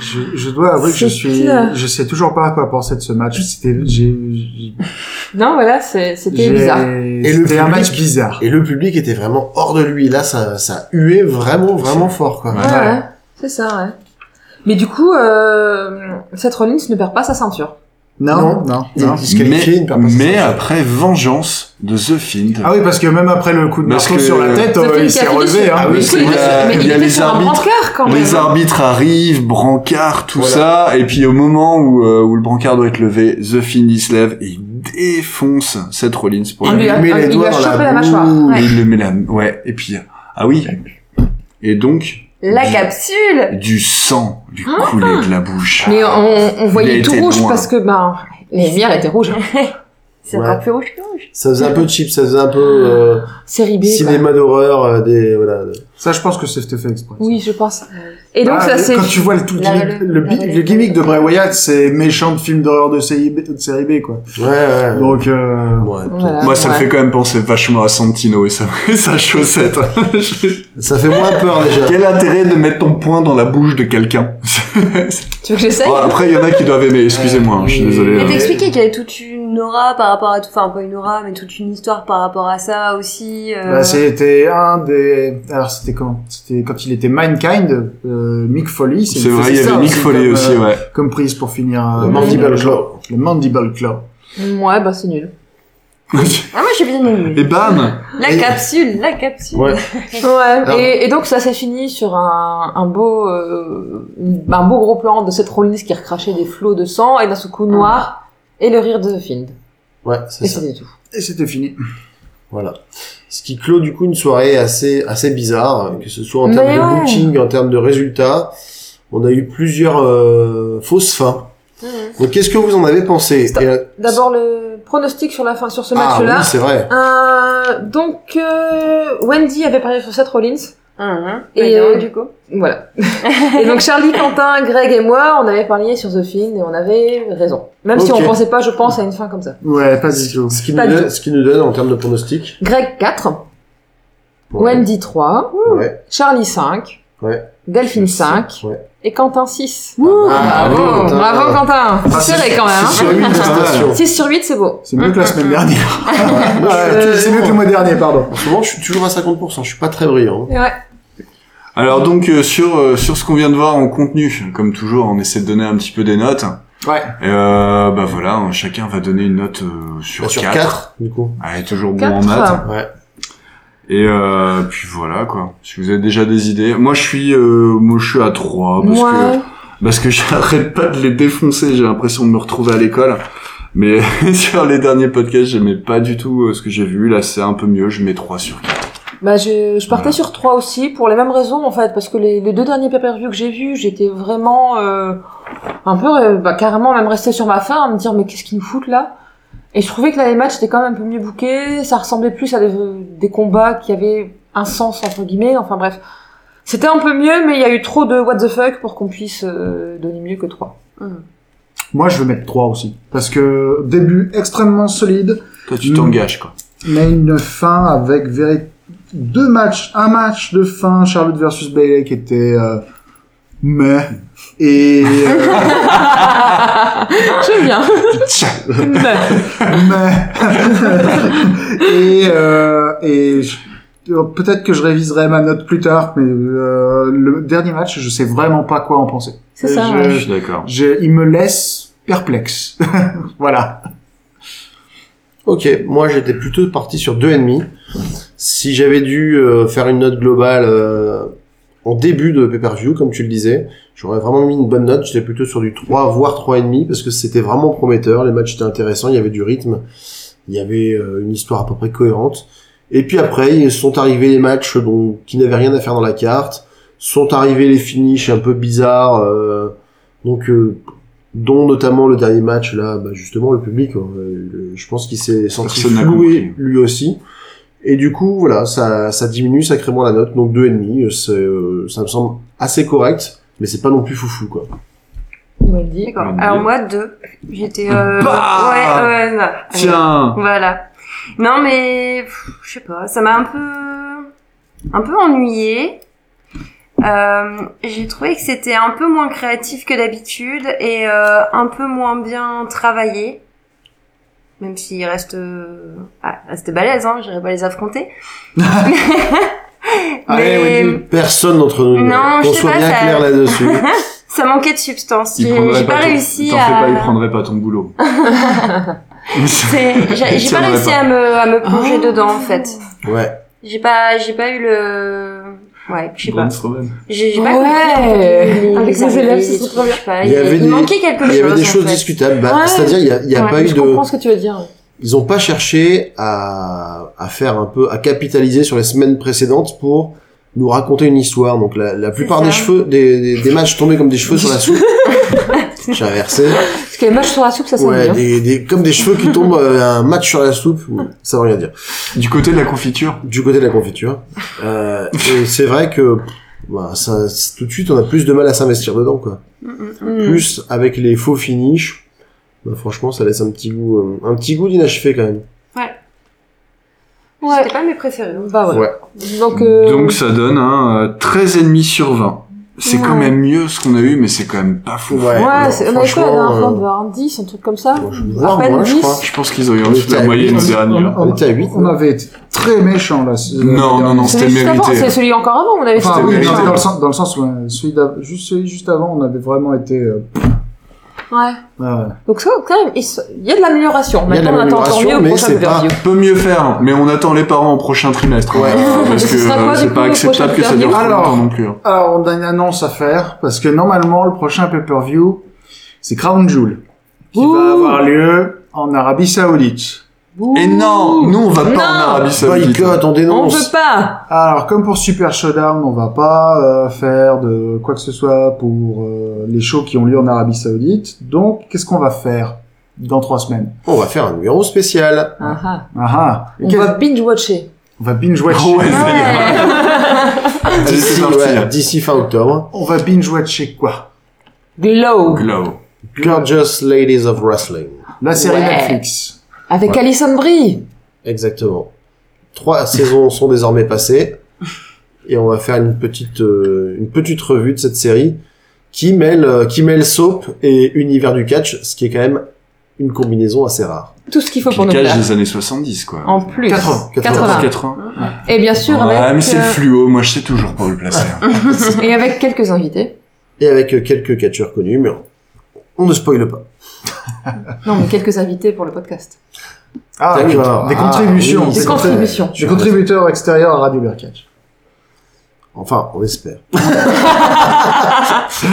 Je, je dois avouer que je C'est suis, clair. je sais toujours pas à quoi penser de ce match. C'était, j'ai, j'ai- Non, voilà, c'est- c'était j'ai- bizarre. le c'était un public- match bizarre. Et le public était vraiment hors de lui. Là, ça, ça huait vraiment, vraiment fort, quoi. Ouais, ouais. c'est ça, ouais. Mais du coup, euh, Seth Rollins ne perd pas sa ceinture. Non, Ah non, non. Il est disqualifié, il ne perd pas sa Hein mais ceinture. après vengeance de The Fiend. Ah oui, parce que même après le coup de Parce marteau que- sur la tête, Ça euh, fait une il s'est café relevé. dessus. Hein. Ah oui, Du coup, c'est- il était- il mais y il a était les sur un arbitres. brancard, quand même. Les arbitres arrivent, brancard, tout ça, et puis au moment où, euh, où le brancard doit être levé, The Fiend il se lève et il défonce Seth Rollins pour On le lui a, met on les lui doigts a dans la chopé la, boue. mâchoire. Et Ouais. il le met là, ouais, et puis, ah oui. Et donc, La Du- capsule du sang lui coulait de la bouche. Mais on, on Il a voyait été tout rouge loin. parce que ben les lumières étaient rouges. C'est Ouais. encore plus rouge que rouge. Ça faisait un peu cheap, ça faisait un peu euh, Série B. ben, quoi. cinéma d'horreur, euh, des voilà. Ça, je pense que c'était fait exprès. Oui, je pense. Et donc, Bah, ça, c'est. quand tu vois le tout le La gimmick, rele- le, la bi- rele- le gimmick de Bray Wyatt, c'est méchant de film d'horreur de, série B- de série B, quoi. Ouais, ouais. Donc, euh, Ouais. Voilà, Moi, ça me ouais. fait quand même penser vachement à Santino et sa, et sa chaussette. Je- Ça fait moins peur déjà. Quel intérêt de mettre ton poing dans la bouche de quelqu'un Tu veux que j'essaye Bon, Après, il y en a qui doivent aimer. Excusez-moi, hein, je suis désolé. Et hein. t'expliquais qu'il y avait toute une aura par rapport à tout, enfin pas une aura, mais toute une histoire par rapport à ça aussi. euh, bah, c'était un des. Alors, c'était quand C'était quand il était Mankind, euh, Mick Foley. C'est vrai, il y ça avait Nick Foley comme, aussi, euh, ouais. Comme prise pour finir. euh, Le Mandible Claw. Le Mandible Claw. Ouais, bah c'est nul. Ah moi j'ai bien aimé. Et bam La capsule, la capsule. Ouais. Ouais. Et, et donc ça s'est fini sur un, un beau, euh, un beau gros plan de cette Rollins qui recrachait des flots de sang et d'un seul coup noir et le rire de The Fiend. Ouais, c'est Et ça. c'était tout. Et c'était fini. Voilà. Ce qui clôt du coup une soirée assez assez bizarre, euh, que ce soit en Mais termes de ouais. booking, en termes de résultats. On a eu plusieurs euh, fausses fins. Mmh, Donc qu'est-ce que vous en avez pensé Stop. Et, euh, D'abord le pronostic sur la fin sur ce Ah match-là. oui, c'est vrai. Euh, donc euh, Wendy avait parié sur Seth Rollins. Et Et, euh, du coup. Voilà. et donc Charlie, Quentin, Greg et moi, on avait parié sur The Fiend et on avait raison. Même si Ok. on pensait pas, je pense, à une fin comme ça. Ouais, pas du tout. Ce qui, Pas nous du donne, ce qui nous donne en termes de pronostic. Greg 4, Wendy 3, Ouais. Charlie 5, Ouais. Delphine 5 Ouais. et Quentin 6. Ah, Bravo, bravo, Quentin. bravo Quentin. Ah, C'est serré quand même. C'est sur une station. 6 sur 8, c'est beau. C'est mieux que la semaine dernière. Euh, Ouais, c'est mieux que le mois dernier, pardon. En ce moment, je suis toujours à 50%. Je suis pas très brillant. Et ouais. Alors donc, euh, sur, euh, sur ce qu'on vient de voir en contenu, comme toujours, on essaie de donner un petit peu des notes. Ouais. Et, euh, bah voilà, hein, chacun va donner une note euh, sur Bah, sur 4. 4, du coup. Elle est toujours bon Quatre. en maths. Ouais. Et euh, puis voilà quoi. Si vous avez déjà des idées, moi je suis euh, moi je suis à 3 parce que Moi, parce que j'arrête pas de les défoncer, j'ai l'impression de me retrouver à l'école. Mais sur les derniers podcasts, j'aimais pas du tout euh, ce que j'ai vu. Là, c'est un peu mieux. Je mets 3 sur 4. bah, je, je partais Voilà. sur 3 aussi pour les mêmes raisons en fait. Parce que les, les deux derniers pay-per-view que j'ai vus, j'étais vraiment euh, un peu euh, bah, carrément même restée sur ma faim à me dire mais qu'est-ce qu'ils nous foutent là Et je trouvais que là les matchs étaient quand même un peu mieux bookés. Ça ressemblait plus à des, des combats qui avaient un sens entre guillemets. Enfin bref. C'était un peu mieux, mais il y a eu trop de what the fuck pour qu'on puisse euh, donner mieux que 3. Moi, je vais mettre 3 aussi. Parce que début extrêmement solide, Toi, tu Mm. t'engages quoi. mais une fin avec véri- deux matchs, un match de fin, Charlotte versus Bailey qui était euh, meh. Et euh, J'aime bien. Tcha. meh. et euh, et je- euh, peut-être que je réviserai ma note plus tard, mais euh, le dernier match, je sais vraiment pas quoi en penser. C'est ça, Je- ouais. Je suis d'accord. je- il me laisse perplexe. voilà. Ok, moi j'étais plutôt parti sur 2,5. Si j'avais dû euh, faire une note globale euh, en début de pay-per-view, comme tu le disais, j'aurais vraiment mis une bonne note. J'étais plutôt sur du 3, voire 3,5, parce que c'était vraiment prometteur. Les matchs étaient intéressants, il y avait du rythme, il y avait euh, une histoire à peu près cohérente. Et puis après, ils sont arrivés les matchs dont, qui n'avaient rien à faire dans la carte. Sont arrivés les finishes un peu bizarres, euh, donc euh, dont notamment le dernier match là, bah, justement le public, hein, euh, le- je pense qu'il s'est senti Personne n'a floué compris. lui aussi. Et du coup, voilà, ça, ça diminue sacrément la note, donc deux et demi. c'est, euh, ça me semble assez correct, mais c'est pas non plus foufou quoi. Wendy. D'accord. Wendy. Alors moi deux. J'étais. Euh... Bah ouais, ouais, ouais. Tiens. Voilà. Non, mais pff, je sais pas, ça m'a un peu, un peu ennuyé. Euh, j'ai trouvé que c'était un peu moins créatif que d'habitude et euh, un peu moins bien travaillé. Même s'il reste, euh, ah, reste balèze, hein, j'irai pas les affronter. Allez, Wendy. Personne d'entre nous, Non, je qu'on sais soit pas, bien ça- clair là-dessus. ça manquait de substance. Il J'ai prendrait j'ai pas, ton- réussi t'en à. fais pas, il prendrait pas ton boulot. C'est- J'ai j'ai pas Tiendrait réussi pas. à me, à me plonger Oh. dedans en fait. ouais. J'ai pas, j'ai pas eu le. Ouais, je sais pas. Brainstorm. J'ai j'ai Ouais. pas compris. en fait, les- Avec les les arrivées, élèves, les c'est trucs, trop bien. je sais pas, Il Il y avait il des- manquait quelque chose. Il y avait des en choses fait. discutables. Bah, Ouais. C'est-à-dire, il y a, il y a Ouais, pas eu je de. comprends ce que tu veux dire. Ils ont pas cherché à, à faire un peu, à capitaliser sur les semaines précédentes pour nous raconter une histoire. Donc la, la plupart ça. des cheveux, des, des, des matchs tombaient comme des cheveux sur la soupe. J'ai inversé. Parce que les matchs sur la soupe, ça sonne Ouais, bien. des, des, comme des cheveux qui tombent euh, un match sur la soupe, ça veut rien dire. Du côté de la confiture. Du côté de la confiture, euh, et c'est vrai que bah, ça, c'est- tout de suite on a plus de mal à s'investir dedans quoi. Mm. Plus avec les faux finishes, bah, franchement ça laisse un petit goût, euh, un petit goût d'inachevé quand même. Ouais. C'était pas mes préférés. Bah ouais. Donc, euh, Donc ça donne un euh, 13,5 sur 20. C'est quand Ouais. même mieux ce qu'on a eu, mais c'est quand même pas fou. Ouais, ouais, non, c'est- on avait quoi la franchement, dernière fois euh, On devait avoir un 10, un truc comme ça. Moi, je- à voire peine moins, je 10. crois. Je pense qu'ils auraient enlevé On la était à moyenne huit. dernière. On était à huit. On avait été très méchant là. Non, non, non, Celui c'était juste avant, mérité. C'est celui encore avant, on avait fait Enfin, C'était oui, mérité. non, mais dans le sens, dans le sens où euh, celui, d'av- juste, celui juste avant, on avait vraiment été. euh, Ouais. euh, Donc ça, quand même, il se- il y a de l'amélioration. Il y a de Maintenant, on attend encore l'amélioration, mieux au mais prochain c'est pas- Overview. Peut mieux faire, hein, mais on attend les parents au prochain trimestre. Ouais. Euh, parce Ce que sera quoi, euh, du c'est coup, pas le acceptable prochain que ça dure trop Alors. longtemps non plus. hein. Alors, on a une annonce à faire parce que normalement, le prochain pay-per-view, c'est Crown Jewel qui Ouh. va avoir lieu en Arabie Saoudite. Et non, nous on va pas Non. en Arabie Saoudite. Boycott, on On dénonce. veut pas Alors, comme pour Super Showdown, on va pas euh, faire de quoi que ce soit pour euh, les shows qui ont lieu en Arabie Saoudite. Donc, qu'est-ce qu'on va faire dans trois semaines On va faire un numéro spécial. Ah, ah. Ah ah. On Qu'est- va binge-watcher. on va binge watcher. Ouais, ça y est. Allez, c'est D'ici parti. ouais, d'ici fin octobre. On va binge watcher quoi Glow Glow. Gorgeous Ladies of Wrestling. La série Ouais. Netflix. Avec Ouais. Alison Brie Exactement. Trois saisons sont désormais passées et on va faire une petite euh, une petite revue de cette série qui mêle euh, qui mêle soap et univers du catch, ce qui est quand même une combinaison assez rare. Tout ce qu'il faut pour nous Piquage plaire. des années 70, quoi. En plus. 80, 80. 80. Et bien sûr, Ah, mais avec, c'est le euh, fluo, moi je sais toujours pas où le placer. hein. et avec quelques invités. Et avec euh, quelques catcheurs connus, mais on- on ne spoile pas. Non, mais quelques invités pour le podcast. Ah, oui, D'accord. des Ah, contributions. oui, Des c'est contributions. Des contributeurs extérieurs à Radio Bercatch. Enfin, on espère.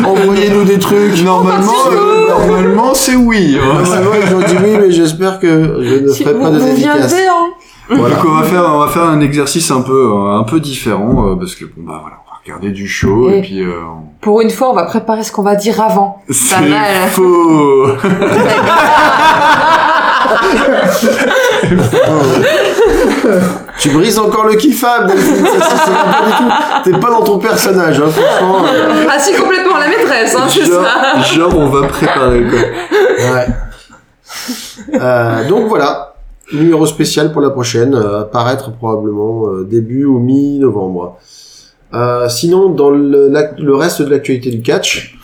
Envoyez-nous des trucs. Normalement, euh, normalement c'est oui. hein. Normalement, ils ont dit oui, mais j'espère que je ne Si ferai vous- pas de vous dédicace. viendrez, hein Voilà. Donc on va faire, on va faire un exercice un peu, euh, un peu différent euh, parce que bon bah voilà, on va regarder du show et, Et- puis euh, on- Pour une fois, on va préparer ce qu'on va dire avant. c'est mal. faux. Tu brises encore le kiffable, Delphine, ça, ça, ça va pas du tout. T'es pas dans ton personnage, hein, franchement. euh, Ah si, complètement, la maîtresse, hein, c'est genre, ça genre, on va préparer quoi. Ouais. Euh, donc voilà, numéro spécial pour la prochaine, euh, apparaître probablement euh, début ou mi-novembre. Euh, sinon, dans le, l'ac- le reste de l'actualité du catch,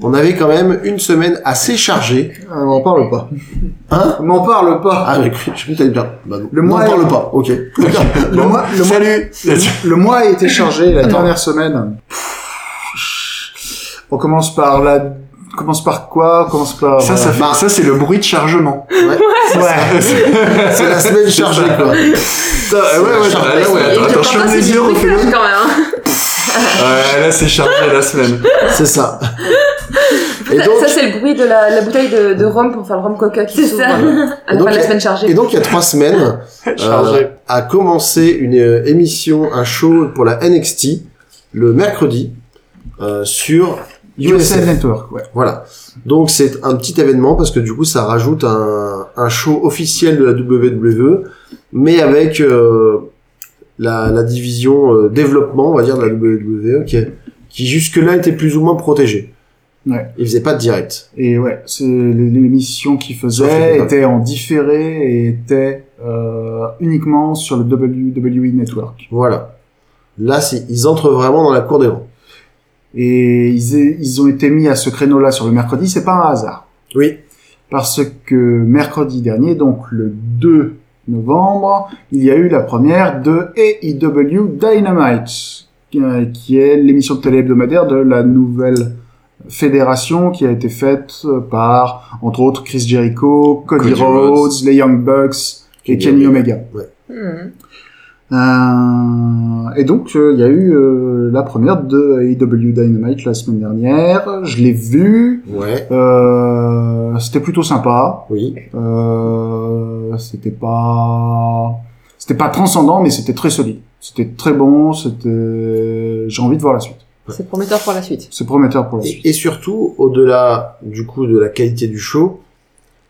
on avait quand même une semaine assez chargée. Euh, on n'en parle pas. Hein On n'en parle pas. Ah, mais je sais plus t'allais bien. Bah, non. Le N'en mois- parle pas, ok. le, mois, le, mois, Salut le mois a été chargé la dernière semaine. On commence par la... on commence par quoi On commence par... Ça, ça, fait- Bah. ça c'est le bruit de chargement. euh, ouais. C'est la semaine chargée, quoi. ouais, ouais, chargé. ouais, ouais, Et attends, quelque attends, part, je ferme c'est les du yeux, refais-le. bricolage, quand même. Ouais, là c'est chargé la semaine. C'est ça. Et Ça- donc- ça, c'est le bruit de la, la bouteille de, de rhum pour faire le rhum coca qui C'est s'ouvre ça. euh, à la Et fin de donc, la il- semaine chargée. Et donc, il y a trois semaines, Chargé. euh, a commencé une euh, émission, un show pour la NXT, le mercredi, euh, sur USA USF. Network, ouais. Voilà. Donc, c'est un petit événement parce que du coup, ça rajoute un, un show officiel de la WWE, mais avec euh, la, la division euh, développement, on va dire, de la WWE, qui, qui jusque-là était plus ou moins protégée. Ouais. Ils faisaient pas de direct. Et ouais, c'est l'émission qu'ils Ça, faisaient c'est était en différé et était euh, uniquement sur le WWE Network. Voilà. Là, c'est- ils entrent vraiment dans la cour des grands. Et ils, a- ils ont été mis à ce créneau-là sur le mercredi, c'est pas un hasard. Oui. Parce que mercredi dernier, donc le 2 novembre, il y a eu la première de AEW Dynamite, euh, qui est l'émission de télé hebdomadaire de la nouvelle fédération qui a été faite euh, par, entre autres, Chris Jericho, Cody, Cody Rhodes, Rhodes, les Young Bucks et Kenny Kenny Omega. Mhm. Euh, et donc, euh, il y a eu euh, la première de AEW Dynamite la semaine dernière. Je l'ai vue. Ouais. Euh, c'était plutôt sympa. Oui. Euh, c'était pas c'était pas transcendant mais c'était très solide c'était très bon c'était j'ai envie de voir la suite C'est prometteur pour la suite. C'est prometteur pour la suite. Et, et surtout, au-delà du coup de la qualité du show,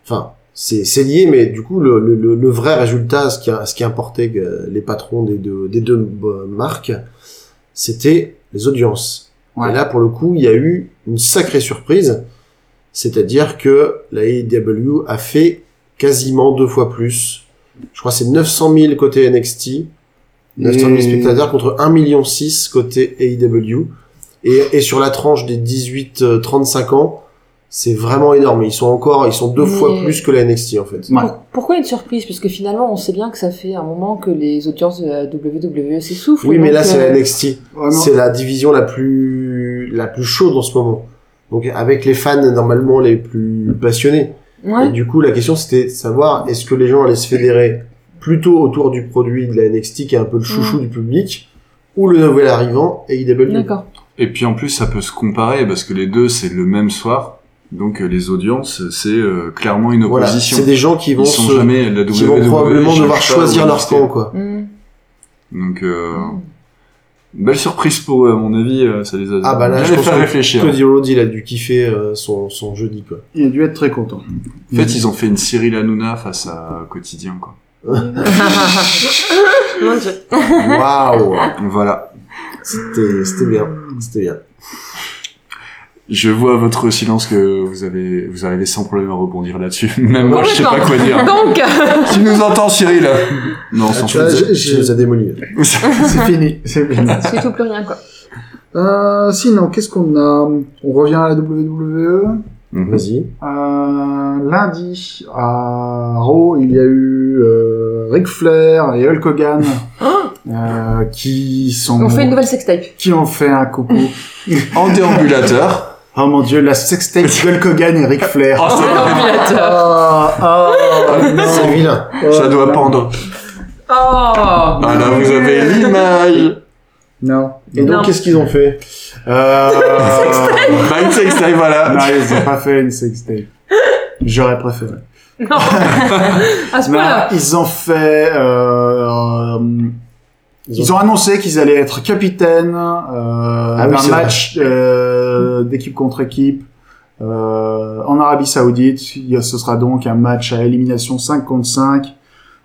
enfin, c'est c'est lié, mais du coup, le, le- le- le vrai résultat, ce qui, a- ce qui importait que les patrons des deux, des deux euh, marques, c'était les audiences. Ouais. Et là, pour le coup, il y a eu une sacrée surprise, c'est-à-dire que la AEW a fait quasiment deux fois plus. Je crois que c'est 900 000 côté NXT, 900 000 Et- spectateurs contre 1,6 million côté AEW. Et, et sur la tranche des 18-35 ans, c'est vraiment énorme. Ils sont encore, ils sont deux Mais- fois plus que la NXT en fait. Ouais. Pour- pourquoi une surprise Puisque finalement, on sait bien que ça fait un moment que les audiences de la WWE s'essoufflent. Oui, mais donc, là c'est euh, la NXT. Vraiment. C'est la division la plus, la plus chaude en ce moment. Donc avec les fans normalement les plus passionnés. Et Ouais. du coup, la question c'était de savoir est-ce que les gens allaient se fédérer plutôt autour du produit de la NXT qui est un peu le chouchou du public ou le nouvel arrivant E AEW. D'accord. Et puis en plus, ça peut se comparer parce que les deux, c'est le même soir. Donc euh, les audiences, c'est euh, clairement une Voilà, opposition. c'est des gens qui vont Ils sont se- jamais la qui vont WWE, probablement cherche devoir pas choisir où leur rester. camp, quoi. Hmm. Donc euh, une belle surprise pour eux, à mon avis. euh, Ça les a Ah bah là, bien je les pense fait que réfléchir. Cody Rhodes, il a dû kiffer euh, son, son jeudi, quoi. Il a dû être très content. En fait, ils ont fait une Cyril Hanouna face à Quotidien, quoi. Mon Dieu. Waouh Voilà. C'était c'était bien, c'était bien. Je vois votre silence que vous avez, vous arrivez sans problème à rebondir là-dessus. Même moi, je sais pas Complètement. quoi dire. Donc, Tu nous entends, Cyril Non, on s'en Ah, Tu fout. vois, je- je les ai démolis. C'est fini. C'est fini. c'est tout plus rien, quoi. Euh, sinon, qu'est-ce qu'on a On revient à la E. WWE. Mhm. Vas-y. Euh, lundi, à Raw, il y a eu euh, Ric Flair et Hulk Hogan euh, qui sont On Oh fait une nouvelle sextape. qui ont fait un coucou. En déambulateur. oh mon dieu, la sextape Hulk Hogan et Ric Flair. Oh, ça- Ah, ah, C'est non. vilain. ça doit pendre. Oh Ah là, vous avez l'image. Non. Et Non. donc, qu'est-ce qu'ils ont fait Euh, Bah, une sextape, Ah, non, voilà. ils ont pas fait une sextape. J'aurais préféré. Non À ce Non, point-là Ah, ils ont fait. euh, euh, ils, ont... annoncé qu'ils allaient être capitaines euh, Ah oui, d'un c'est vrai. match euh, d'équipe contre équipe euh, en Arabie Saoudite. Il y a- ce sera donc un match à élimination 5 contre 5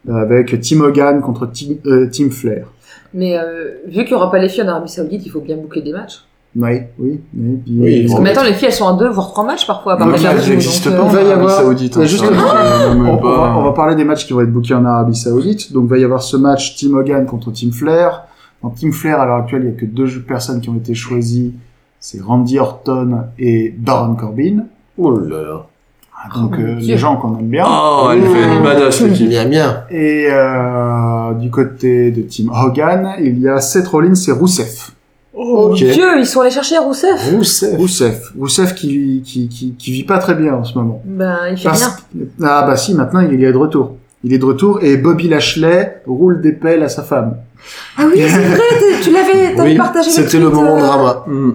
euh, avec Tim Hogan contre Tim, euh, Tim Flair. Mais euh, vu qu'il n'y aura pas les filles en Arabie Saoudite, il faut bien boucler des matchs. Oui, oui, oui. puis- Oui, ils Parce vont- que maintenant, les filles, elles sont à deux, voire trois matchs parfois. à Donc, partir il de jour, n'existe donc, pas euh, en Il va y Arabie avoir- Saoudite. Mais hein, juste- ça, je ne On, hein. on même va, bah, pas. on va parler des matchs qui vont être bookés en Arabie Saoudite. Donc, il va y avoir ce match Team Hogan contre Team Flair. En Team Flair, à l'heure actuelle, il n'y a que deux personnes qui ont été choisies. C'est Randy Orton et Baron Corbin. Oh là là. Ah, Donc, Oh, euh, mon Dieu. les gens qu'on aime bien. Oh, elle fait une badass, Il l'équipe. y a bien. Et euh, du côté de Team Hogan, il y a Seth Rollins et Rousseff. Oh mon Ok. Dieu, ils sont allés chercher Rousseff Rousseff. Rousseff. Rousseff qui, qui, qui, qui vit pas très bien en ce moment. Ben, il fait Parce- rien. Ah bah si, maintenant il est de retour. Il est de retour et Bobby Lashley roule des pelles à sa femme. Ah oui, c'est vrai, t'es- tu l'avais t'avais Oui, partagé le c'était le tweet, moment euh, drama. Hmm.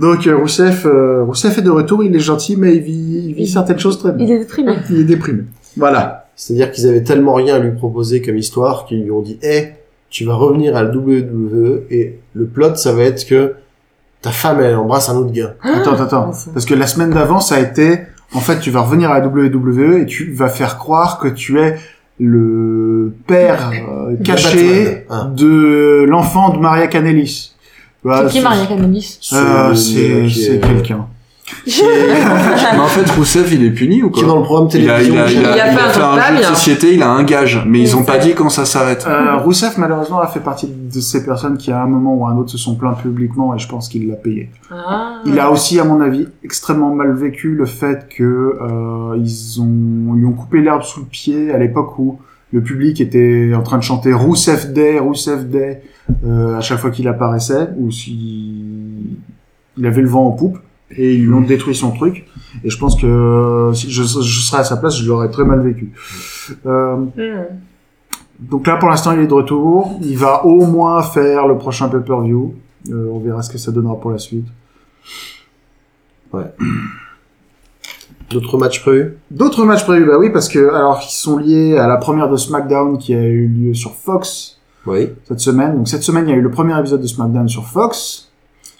Donc euh, Rousseff, euh, Rousseff est de retour, il est gentil, mais il vit, il vit certaines choses très bien. Il est déprimé. Il est déprimé. Voilà. C'est-à-dire qu'ils avaient tellement rien à lui proposer comme histoire qu'ils lui ont dit, eh, tu vas revenir à la WWE et le plot, ça va être que ta femme, elle embrasse un autre gars. Attends, attends, attends. Ah, c'est- Parce que la semaine d'avant, ça a été, en fait, tu vas revenir à la WWE et tu vas faire croire que tu es le père euh, caché Batman, hein. de l'enfant de Maria Kanellis. Bah, C'est qui ce- Maria Kanellis Ah, Euh, C'est Celui qui c'est est- quelqu'un. Mais en fait, Rousseff, il est puni ou qui est quoi dans le programme il a, télévision. il a, il a, Il a il fait a fait un un jeu total, de hein. société, il a un gage, mais ils ont pas dit quand ça s'arrête. Euh, Rousseff, malheureusement, a fait partie de ces personnes qui, à un moment ou à un autre, se sont plaints publiquement et je pense qu'il l'a payé. Ah. Il a aussi, à mon avis, extrêmement mal vécu le fait que euh, ils ont, ils lui ont coupé l'herbe sous le pied à l'époque où le public était en train de chanter Rousseff Day, Rousseff Day euh, à chaque fois qu'il apparaissait ou s'il il avait le vent en poupe et ils lui ont détruit son truc. Et je pense que euh, si je, je serais à sa place, je l'aurais très mal vécu. Euh, Hmm. donc là, pour l'instant, il est de retour. Il va au moins faire le prochain pay-per-view. Euh, on verra ce que ça donnera pour la suite. D'autres matchs prévus D'autres matchs prévus, bah oui, parce que alors ils sont liés à la première de SmackDown qui a eu lieu sur Fox Oui. cette semaine. Donc cette semaine, il y a eu le premier épisode de SmackDown sur Fox.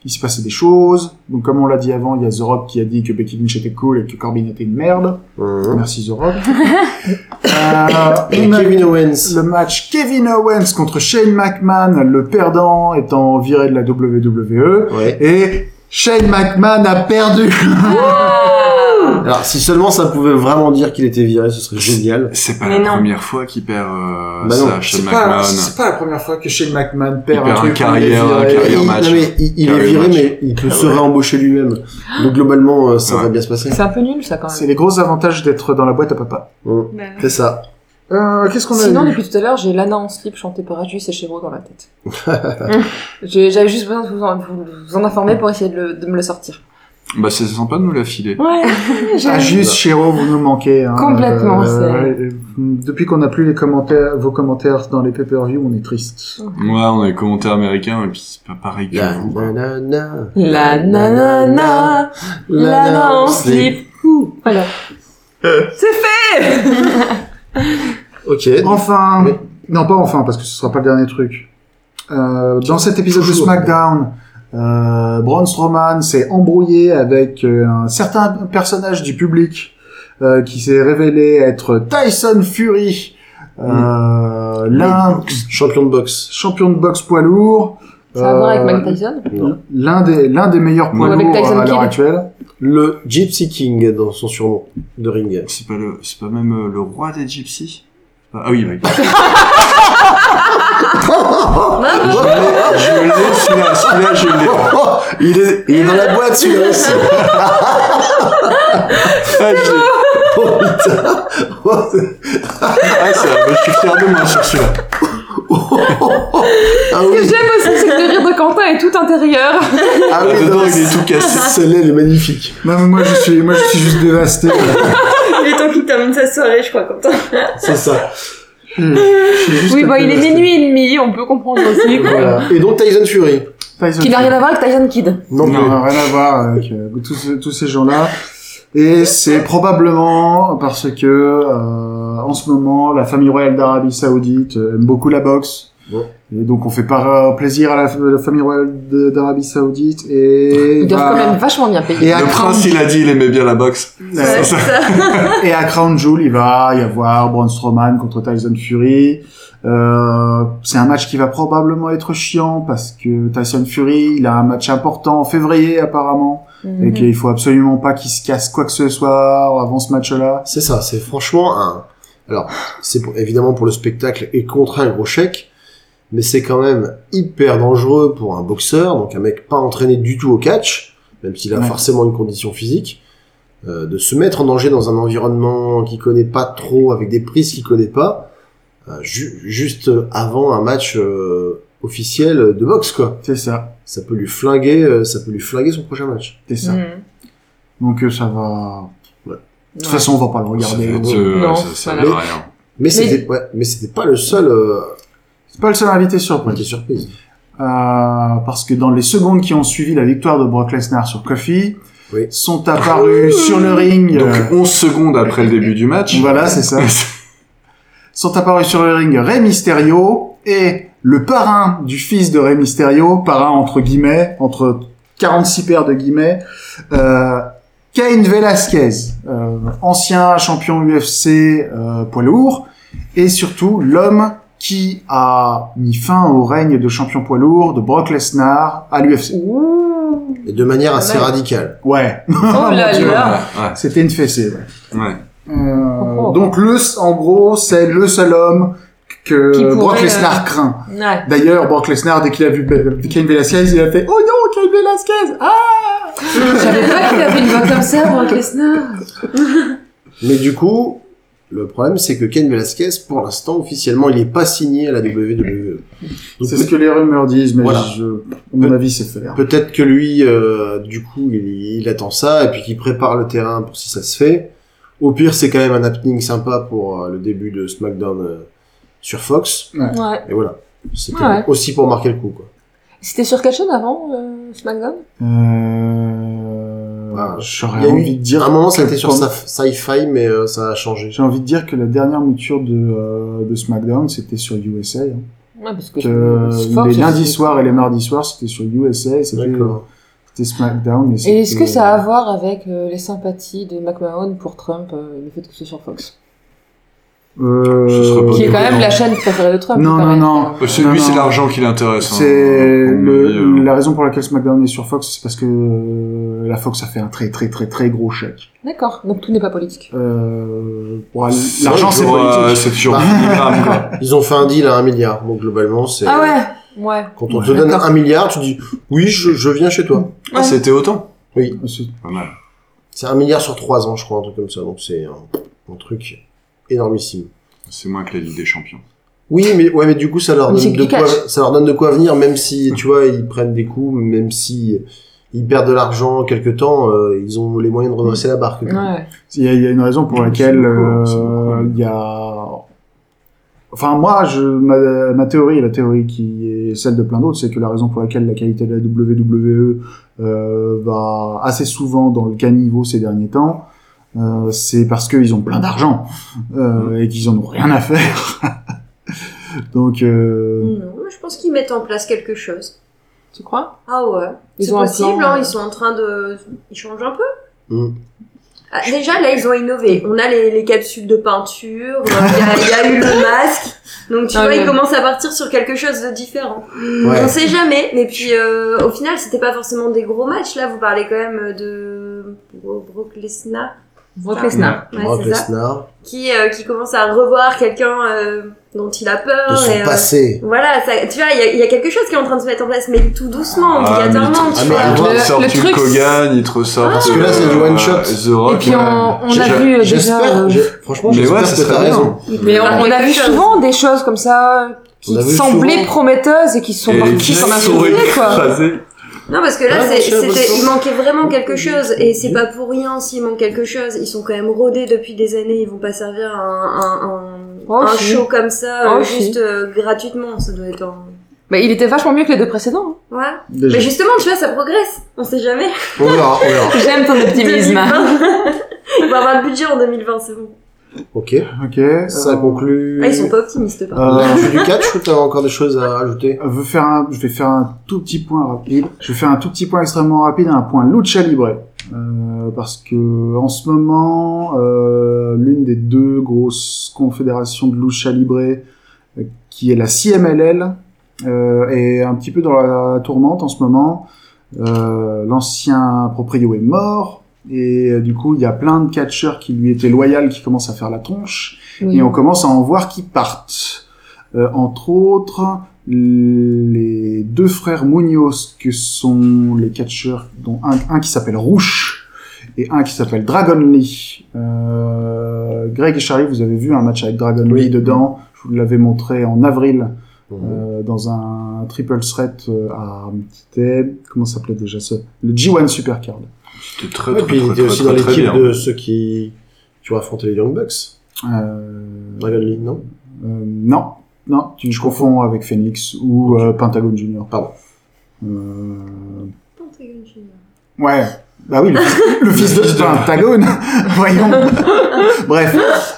il s'est passé des choses. Donc, comme on l'a dit avant, il y a The Rock qui a dit que Becky Lynch était cool et que Corbin était une merde. Mhm. Merci The Rock. Euh, Et on a- Kevin Owens. le match Kevin Owens contre Shane McMahon, le perdant étant viré de la WWE. Ouais. Et Shane McMahon a perdu. Alors, si seulement ça pouvait vraiment dire qu'il était viré, ce serait génial. C'est pas Mais la non. première fois qu'il perd euh, Bah non, ça, Shane C'est pas, McMahon. c'est pas la première fois que Shane McMahon Il perd perd un un truc. carrière, il est un viré. carrière il, match. non, mais il, il est Carrière viré, match. Ah mais il peut se réembaucher lui-même. Donc globalement, euh, ça Ouais. va bien se passer. C'est un peu nul, ça, quand C'est même. les gros avantages d'être dans la boîte à papa. Mhm. C'est ça. Euh, Qu'est-ce qu'on a Sinon, eu depuis tout à l'heure, j'ai Lana en slip chantée par Raju et Chevreau dans la tête. J'ai- J'avais juste besoin de vous en, vous- vous en informer pour essayer de, le- de me le sortir. Bah, c'est sympa de nous la filer. Ouais, Ah, juste, Chéro, vous nous manquez. hein. Complètement, ouais, euh, depuis qu'on n'a plus les commentaires, vos commentaires dans les pay-per-view, on est triste. Ouais, on a les commentaires américains, et puis c'est pas pareil que La vous. nanana. La nanana, la nana en slip. Ouh, Voilà. Ok. Enfin, Oui. non pas enfin parce que ce sera pas le dernier truc. Euh, dans cet épisode de Toujours. SmackDown, euh, Braun Strowman s'est embrouillé avec euh, un certain personnage du public euh, qui s'est révélé être Tyson Fury, euh, l'un Champion de boxe. champion de boxe poids lourd. Ça a à voir avec euh, Mike Tyson L'un des l'un des meilleurs poids Ou avec lourds euh, Tyson à l'heure Kidd. actuelle. Le Gypsy King dans son surnom de ring. C'est pas le, c'est pas même euh, le roi des gypsies ah ah oui, mec. je le l'ai, celui-là, celui-là, je l'ai. Oh, il est, il est dans la boîte celui-là aussi. Ah, je l'ai. Oh putain. Oh, c'est- Ah, ça, bah, je suis fier de moi sur celui-là. ah Ce que oui, j'aime aussi, c'est que le rire de Quentin est tout intérieur. ah Ah, oui, dedans, non, il est tout cassé. Celle-là, elle est magnifique. Non mais moi je suis moi je suis juste dévasté. euh, Il est temps qu'il termine sa soirée, je crois, Quentin. C'est ça. Je suis juste Oui, bah, il est dévasté. minuit et demi, on peut comprendre aussi. quoi. Voilà. Et donc Tyson Fury. Tyson Qui n'a Fury. rien à voir avec Tyson Kidd. Non, Non. plus. Non, rien à voir avec euh, tous, ces- tous ces gens-là. Et c'est probablement parce que euh, en ce moment, la famille royale d'Arabie Saoudite euh, aime beaucoup la boxe. Ouais. Et donc on fait par euh, plaisir à la, la famille royale de- d'Arabie Saoudite et Ils doivent va- quand même vachement bien payer. bah, et à Le Crown, prince, il a dit, il aimait bien la boxe. Ouais. et à Crown Jewel, il va y avoir Braun Strowman contre Tyson Fury. Euh, c'est un match qui va probablement être chiant parce que Tyson Fury, il a un match important en février apparemment. Mhm. et Mm-hmm. qu'il faut absolument pas qu'il se casse quoi que ce soit avant ce match-là. C'est ça, c'est franchement un. Alors, c'est pour- évidemment pour le spectacle et contre un gros chèque, mais c'est quand même hyper dangereux pour un boxeur, donc un mec pas entraîné du tout au catch, même s'il a Ouais. forcément une condition physique, euh, de se mettre en danger dans un environnement qu'il connaît pas trop, avec des prises qu'il connaît pas, euh, ju- juste avant un match euh, officiel de boxe, quoi. C'est ça, Ça peut lui flinguer, euh, ça peut lui flinguer son prochain match. c'est Mhm. ça. Donc euh, ça va. Ouais. De toute façon, on va pas le regarder. Ça fait, euh, Non, ça, ça voilà. valait rien. Mais, c'était ouais, mais c'était pas le seul euh, C'est pas le seul invité qui est surprise. surprise. Euh, parce que dans les secondes qui ont suivi la victoire de Brock Lesnar sur Kofi, Oui. sont apparus sur le ring. Donc, euh, 11 secondes après le début du match. Euh, voilà, c'est ça. sont apparus sur le ring Rey Mysterio et le parrain du fils de Rey Mysterio, parrain entre guillemets, entre 46 paires de guillemets, euh, Cain Velasquez, euh, ancien champion UFC euh, poids lourd, et surtout l'homme qui a mis fin au règne de champion poids lourd de Brock Lesnar à l'UFC. Ouh. Et de manière assez Ah ouais. radicale. Ouais, Oh là Ouais, là. ouais, c'était une fessée. ouais. ouais. Euh, Oh. donc le, en gros, c'est le seul homme que Qui pourrait, Brock Lesnar euh, craint. Ouais. D'ailleurs, Brock Lesnar, dès qu'il a vu Be- Cain Velasquez, il a fait Oh non, Cain Velasquez Ah Je savais pas qu'il avait une voix comme ça, Brock Lesnar. Mais du coup, le problème, c'est que Ken Velasquez, pour l'instant, officiellement, il n'est pas signé à la WWE. Donc, C'est ce que les rumeurs disent, mais Voilà. je- à mon avis, c'est hein. faire. Peut-être que lui, euh, du coup, il, il attend ça, et puis qu'il prépare le terrain pour si ça se fait. Au pire, c'est quand même un happening sympa pour euh, le début de SmackDown euh, sur Fox. Ouais. Et voilà. C'était Ouais. aussi pour marquer le coup, quoi. C'était sur Cachet avant, euh, SmackDown Euh... Voilà. Il y J'aurais a eu- envie de dire. à un moment, ça a été sur que- Sci- Sci-Fi, mais euh, ça a changé. J'ai envie de dire que la dernière mouture de, euh, de SmackDown, c'était sur USA. hein. Ouais, parce que. Que Fox, Euh, les c'est- lundis soirs et les mardis soirs, c'était sur USA. et C'était D'accord. C'était SmackDown. Et Et c'était- est-ce que ça a à voir avec euh, les sympathies de McMahon pour Trump, euh, le fait que ce soit sur Fox Euh, Ce serait pas Qui est quand Euh, même non. la chaîne préférée de Trump. Non, quand même. non, Euh, Non, Celui, non. c'est l'argent qui l'intéresse. hein. C'est Comme le- on dit, euh, la raison pour laquelle SmackDown est sur Fox, c'est parce que euh, la Fox a fait un très très très très gros chèque. D'accord, donc tout n'est pas politique. Euh, pour- c'est L'argent c'est toujours, euh, politique. C'est toujours Ah. minimum, quoi. Ils ont fait un deal à un milliard. Donc globalement, c'est Ah ouais Ouais. quand on te donne D'accord. un milliard, tu dis oui, je, je viens chez toi. Ah, c'était autant. C'est- Pas mal. C'est un milliard sur trois ans, je crois, un truc comme ça. Donc c'est un, un truc énormissime. C'est moins que la Ligue des Champions. Ah, Oui, mais ouais, mais du coup, ça leur Mais donne c'est de du quoi, cash. ça leur donne de quoi venir, même si tu vois ils prennent des coups, même si ils perdent de l'argent quelque temps, euh, ils ont les moyens de redresser la barque. quoi. Ouais. Il y, a- il y a une raison pour C'est laquelle beaucoup, euh, c'est beaucoup. il y a. Enfin, moi, je, ma, ma théorie, et la théorie qui est celle de plein d'autres, c'est que la raison pour laquelle la qualité de la WWE euh, va assez souvent dans le caniveau ces derniers temps, euh, c'est parce qu'ils ont plein d'argent euh, et qu'ils en ont rien à faire. Donc, euh, Non, Mm, je pense qu'ils mettent en place quelque chose. Tu crois Ah ouais. Ils C'est ont un possible, plan, hein, euh, ils sont en train de... Ils changent un peu. Mm. Ah, déjà, là, ils ont innové. On a les, les capsules de peinture, euh, il y, a- il y a eu le masque. Donc, tu Ah vois, oui. ils commencent à partir sur quelque chose de différent. Ouais. On sait jamais, mais puis euh, au final, c'était pas forcément des gros matchs. Là, vous parlez quand même de Bro- Brock Lesnar, Brock Lesnar. Ouais, Brock c'est ça. Lesnar, qui, euh, qui commence à revoir quelqu'un euh, dont il a peur. de son et, euh, passé. voilà, ça- tu vois, il y, a- il y a quelque chose qui est en train de se mettre en place, mais tout doucement, Ah, mais obligatoirement. il te- ah, tu mais vois. avant- ils te Le- ressortent le Hulk truc, Ah. Hogan, ils te ressortent. Parce que là, c'est du euh, one shot. The Rock. Et puis on, on J'ai- a vu euh, déjà. J'espère, euh, j'ai- franchement, Mais j'espère ouais, que ça t'as serait raison. raison. Mais on, Ouais. on a vu Quelque chose. souvent des choses comme ça euh, qui On a vu semblaient souvent. prometteuses et qui sont Et parties comme un Jack Sorek soufflet, quoi. écrasé. Non, parce que là, Ah, c'est- monsieur, c'était- bonsoir. il manquait vraiment quelque chose, et c'est pas pour rien s'il manque quelque chose. Ils sont quand même rodés depuis des années, ils vont pas servir à un, un, un- Oh, un si. show comme ça, Oh, euh, si. juste euh, gratuitement, ça doit être en... Mais il était vachement mieux que les deux précédents. Ouais. déjà. Mais justement, tu vois, ça progresse. On sait jamais. On verra, on verra. J'aime ton optimisme. 2020. Ils vont avoir le budget en 2020, c'est bon. Ok, Ok. euh, ça conclut. Ah, ils sont pas optimistes, par contre. euh, Tu fais du catch ou t'as encore des choses à ajouter Je euh, veux faire un, je vais faire un tout petit point rapide. Je vais faire un tout petit point extrêmement rapide, un point lucha libre. Euh, parce que en ce moment, euh, l'une des deux grosses confédérations de lucha libre, euh, qui est la CMLL, euh, est un petit peu dans la tourmente en ce moment. Euh, L'ancien proprio est mort. Et euh, du coup, il y a plein de catcheurs qui lui étaient loyaux qui commencent à faire la tronche et on commence à en voir qui partent. Euh, entre autres, les deux frères Munoz, que sont les catcheurs, dont un, un qui s'appelle Rouge et un qui s'appelle Dragon Lee. Euh, Greg et Charlie, vous avez vu un match avec Dragon Oui. Lee dedans. Je vous l'avais montré en avril Mhm. euh, dans un triple threat euh, à c'était- comment ça s'appelait déjà ce le G1 Supercard. C'était très, Et très, puis il très, était très, aussi très, dans très l'équipe bien. de ceux qui qui ont affronté les Young Bucks. Euh, Dragon Lee, non Euh, non, non, tu je confonds avec Phoenix ou euh, Pentagon Junior. Pardon. Euh, Pentagon Junior. ouais, bah oui, le, le fils de Pentagon, voyons. Bref,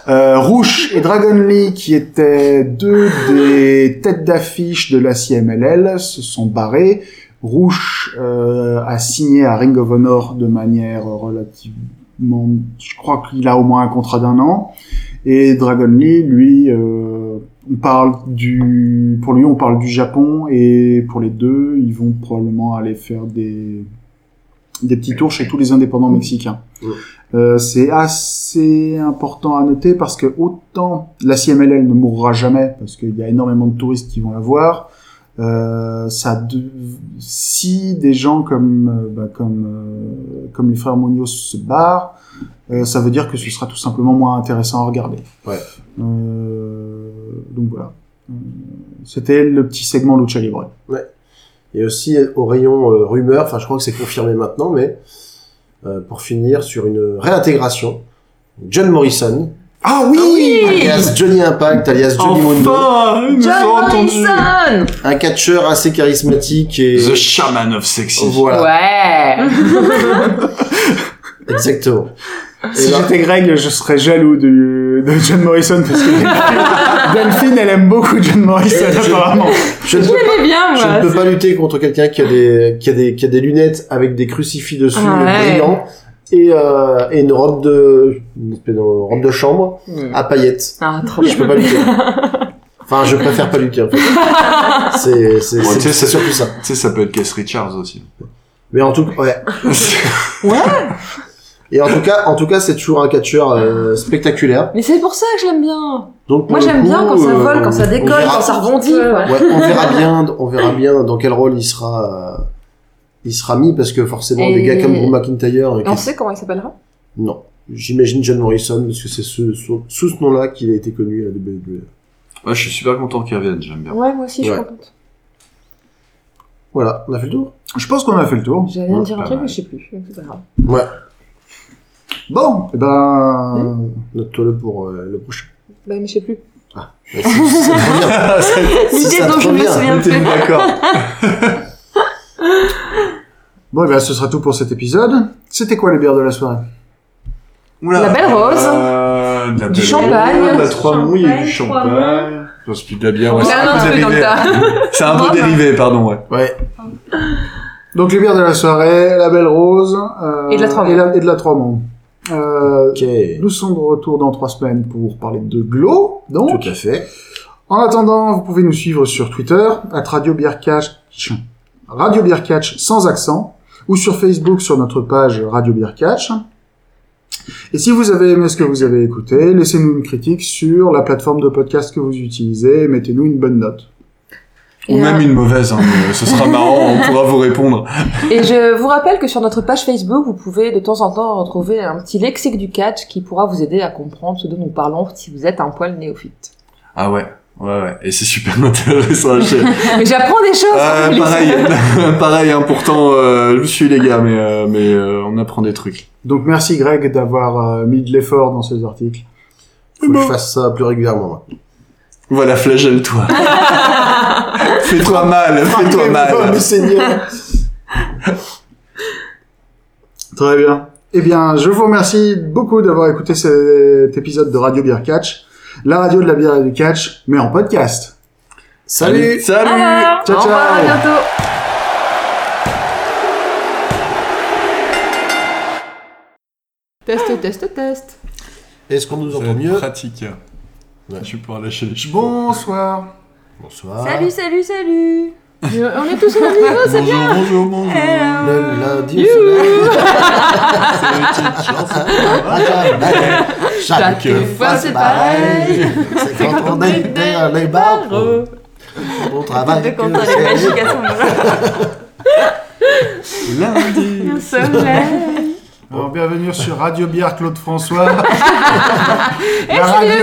euh, Rouge et Dragon Lee, qui étaient deux des têtes d'affiche de la CMLL, se sont barrés. Rouge euh, a signé à Ring of Honor de manière relativement... Je crois qu'il a au moins un contrat d'un an. Et Dragon Lee, lui, euh, on parle du... Pour lui, on parle du Japon. Et pour les deux, ils vont probablement aller faire des, des petits tours chez tous les indépendants mexicains. Ouais. Euh, c'est assez important à noter parce que autant la CMLL ne mourra jamais parce qu'il y a énormément de touristes qui vont la voir, euh, ça de- si des gens comme euh, bah, comme euh, comme les frères Munoz se barrent, euh, ça veut dire que ce sera tout simplement moins intéressant à regarder. Ouais. Euh, donc voilà. Euh, C'était le petit segment lucha libre. Et aussi au rayon euh, rumeur, enfin je crois que c'est confirmé maintenant, mais euh, pour finir sur une réintégration, John Morrison, Ah oui, alias Johnny Impact, alias Johnny Mundo, Enfin, ils nous ont entendus. Morrison un catcheur assez charismatique et The Oh, Shaman of Sexy. voilà, Ouais exactement. Si Et là- j'étais Greg, je serais jaloux du- de John Morrison parce que Delphine, elle aime beaucoup John Morrison Je- apparemment. Je ne Je peux l'aimais bien, Je ne moi. peux pas lutter contre quelqu'un qui a des qui a des qui a des lunettes avec des crucifix dessus Ah Ouais. brillants et, euh, et une robe de une espèce de robe de chambre à paillettes. Ah, trop Je bien. peux pas lutter. Enfin, je préfère pas lutter. En fait. C'est c'est Ouais, c'est- tu sais, c'est ça- surtout ça. Tu sais, ça peut être Keith Richards aussi. Mais en tout ouais. Ouais. Et en tout cas, en tout cas, c'est toujours un catcheur euh, spectaculaire. Mais c'est pour ça que je l'aime bien. Donc pour Moi, le j'aime bien coup, quand ça euh, vole, quand ça on décolle, verra- quand ça rebondit. quoi. Ouais, on verra bien, on verra bien dans quel rôle il sera, euh, il sera mis parce que forcément des Et- gars comme Drew McIntyre. euh, Et on qui- sait comment il s'appellera. Non, j'imagine John Morrison parce que c'est ce, sous, sous ce nom-là qu'il a été connu à la E. WWE. Ouais, je suis super content qu'il revienne, j'aime bien. Ouais, moi aussi, je suis Ouais. contente. Voilà, on a fait le tour. Je pense qu'on a fait le tour. J'allais me Ouais, dire un pas truc, mal. mais je sais plus. Donc, c'est pas grave. Bon, eh ben, Note-le pour euh, le prochain. Bah, mais je sais plus. Ouais, c'est- c'est trop bien. C'est L'idée ça, dont je trop me bien. souviens T'es plus. d'accord bon, eh ben, ce sera tout pour cet épisode. C'était quoi les bières de la soirée Oula. La Belle Rose. Euh, de la Du Belle champagne. Rose, de la trois mouilles et du Champagne, trois champagne. Non, c'est plus de la bière, ouais, Il y c'est a un un peu truc dans le dérivé. tas. C'est un peu Bravo. dérivé, pardon, ouais. Ouais. Donc, les bières de la soirée, la Belle Rose, euh, Et de la Trois Monts. et, et de la Trois Monts. Euh, Ok. nous sommes de retour dans trois semaines pour parler de Glow, donc. Tout à fait. En attendant, vous pouvez nous suivre sur Twitter, à Radio Beer Catch, Radio Beer Catch sans accent, ou sur Facebook sur notre page Radio Beer Catch. Et si vous avez aimé ce que vous avez écouté, laissez-nous une critique sur la plateforme de podcast que vous utilisez et mettez-nous une bonne note. Ou Et, même euh, une mauvaise, hein, mais ce sera marrant, on pourra vous répondre. Et je vous rappelle que sur notre page Facebook, vous pouvez de temps en temps retrouver un petit lexique du catch qui pourra vous aider à comprendre ce dont nous parlons si vous êtes un poil néophyte. Ah ouais, ouais, ouais. Et c'est super intéressant. je- Mais j'apprends des choses en Euh, plus. pareil, pareil. Hein, pourtant, euh, je suis les gars, mais euh, mais euh, on apprend des trucs. Donc merci Greg d'avoir euh, mis de l'effort dans ces articles. Faut que je fasse ça plus régulièrement. moi. Voilà, flagelle-toi. fais-toi mal, fais-toi Oh, mal. le Seigneur. Très bien. Eh bien, je vous remercie beaucoup d'avoir écouté cet épisode de Radio Beer Catch, la radio de la bière et du catch, mais en podcast. Salut. salut. Alors, Ciao, au revoir, ciao. à bientôt. Test, test, test. Est-ce qu'on nous Ça va entend être mieux Pratique. Ouais. Tu pourras lâcher les chevaux. Bonsoir. Ah. Bonsoir. Salut, salut, salut. Je- On est tous au même niveau, c'est bien. Eh, euh, bonjour, bonjour. Le Hello. lundi au soleil. Chaque Chaque fois, c'est pareil. C'est quand on est derrière les barres. On euh, travaille que le soleil. magique à son Lundi. Alors, bienvenue sur Radio Bière Claude François. la, radio,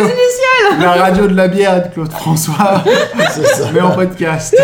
la radio de la bière de Claude François, C'est ça. mais en podcast.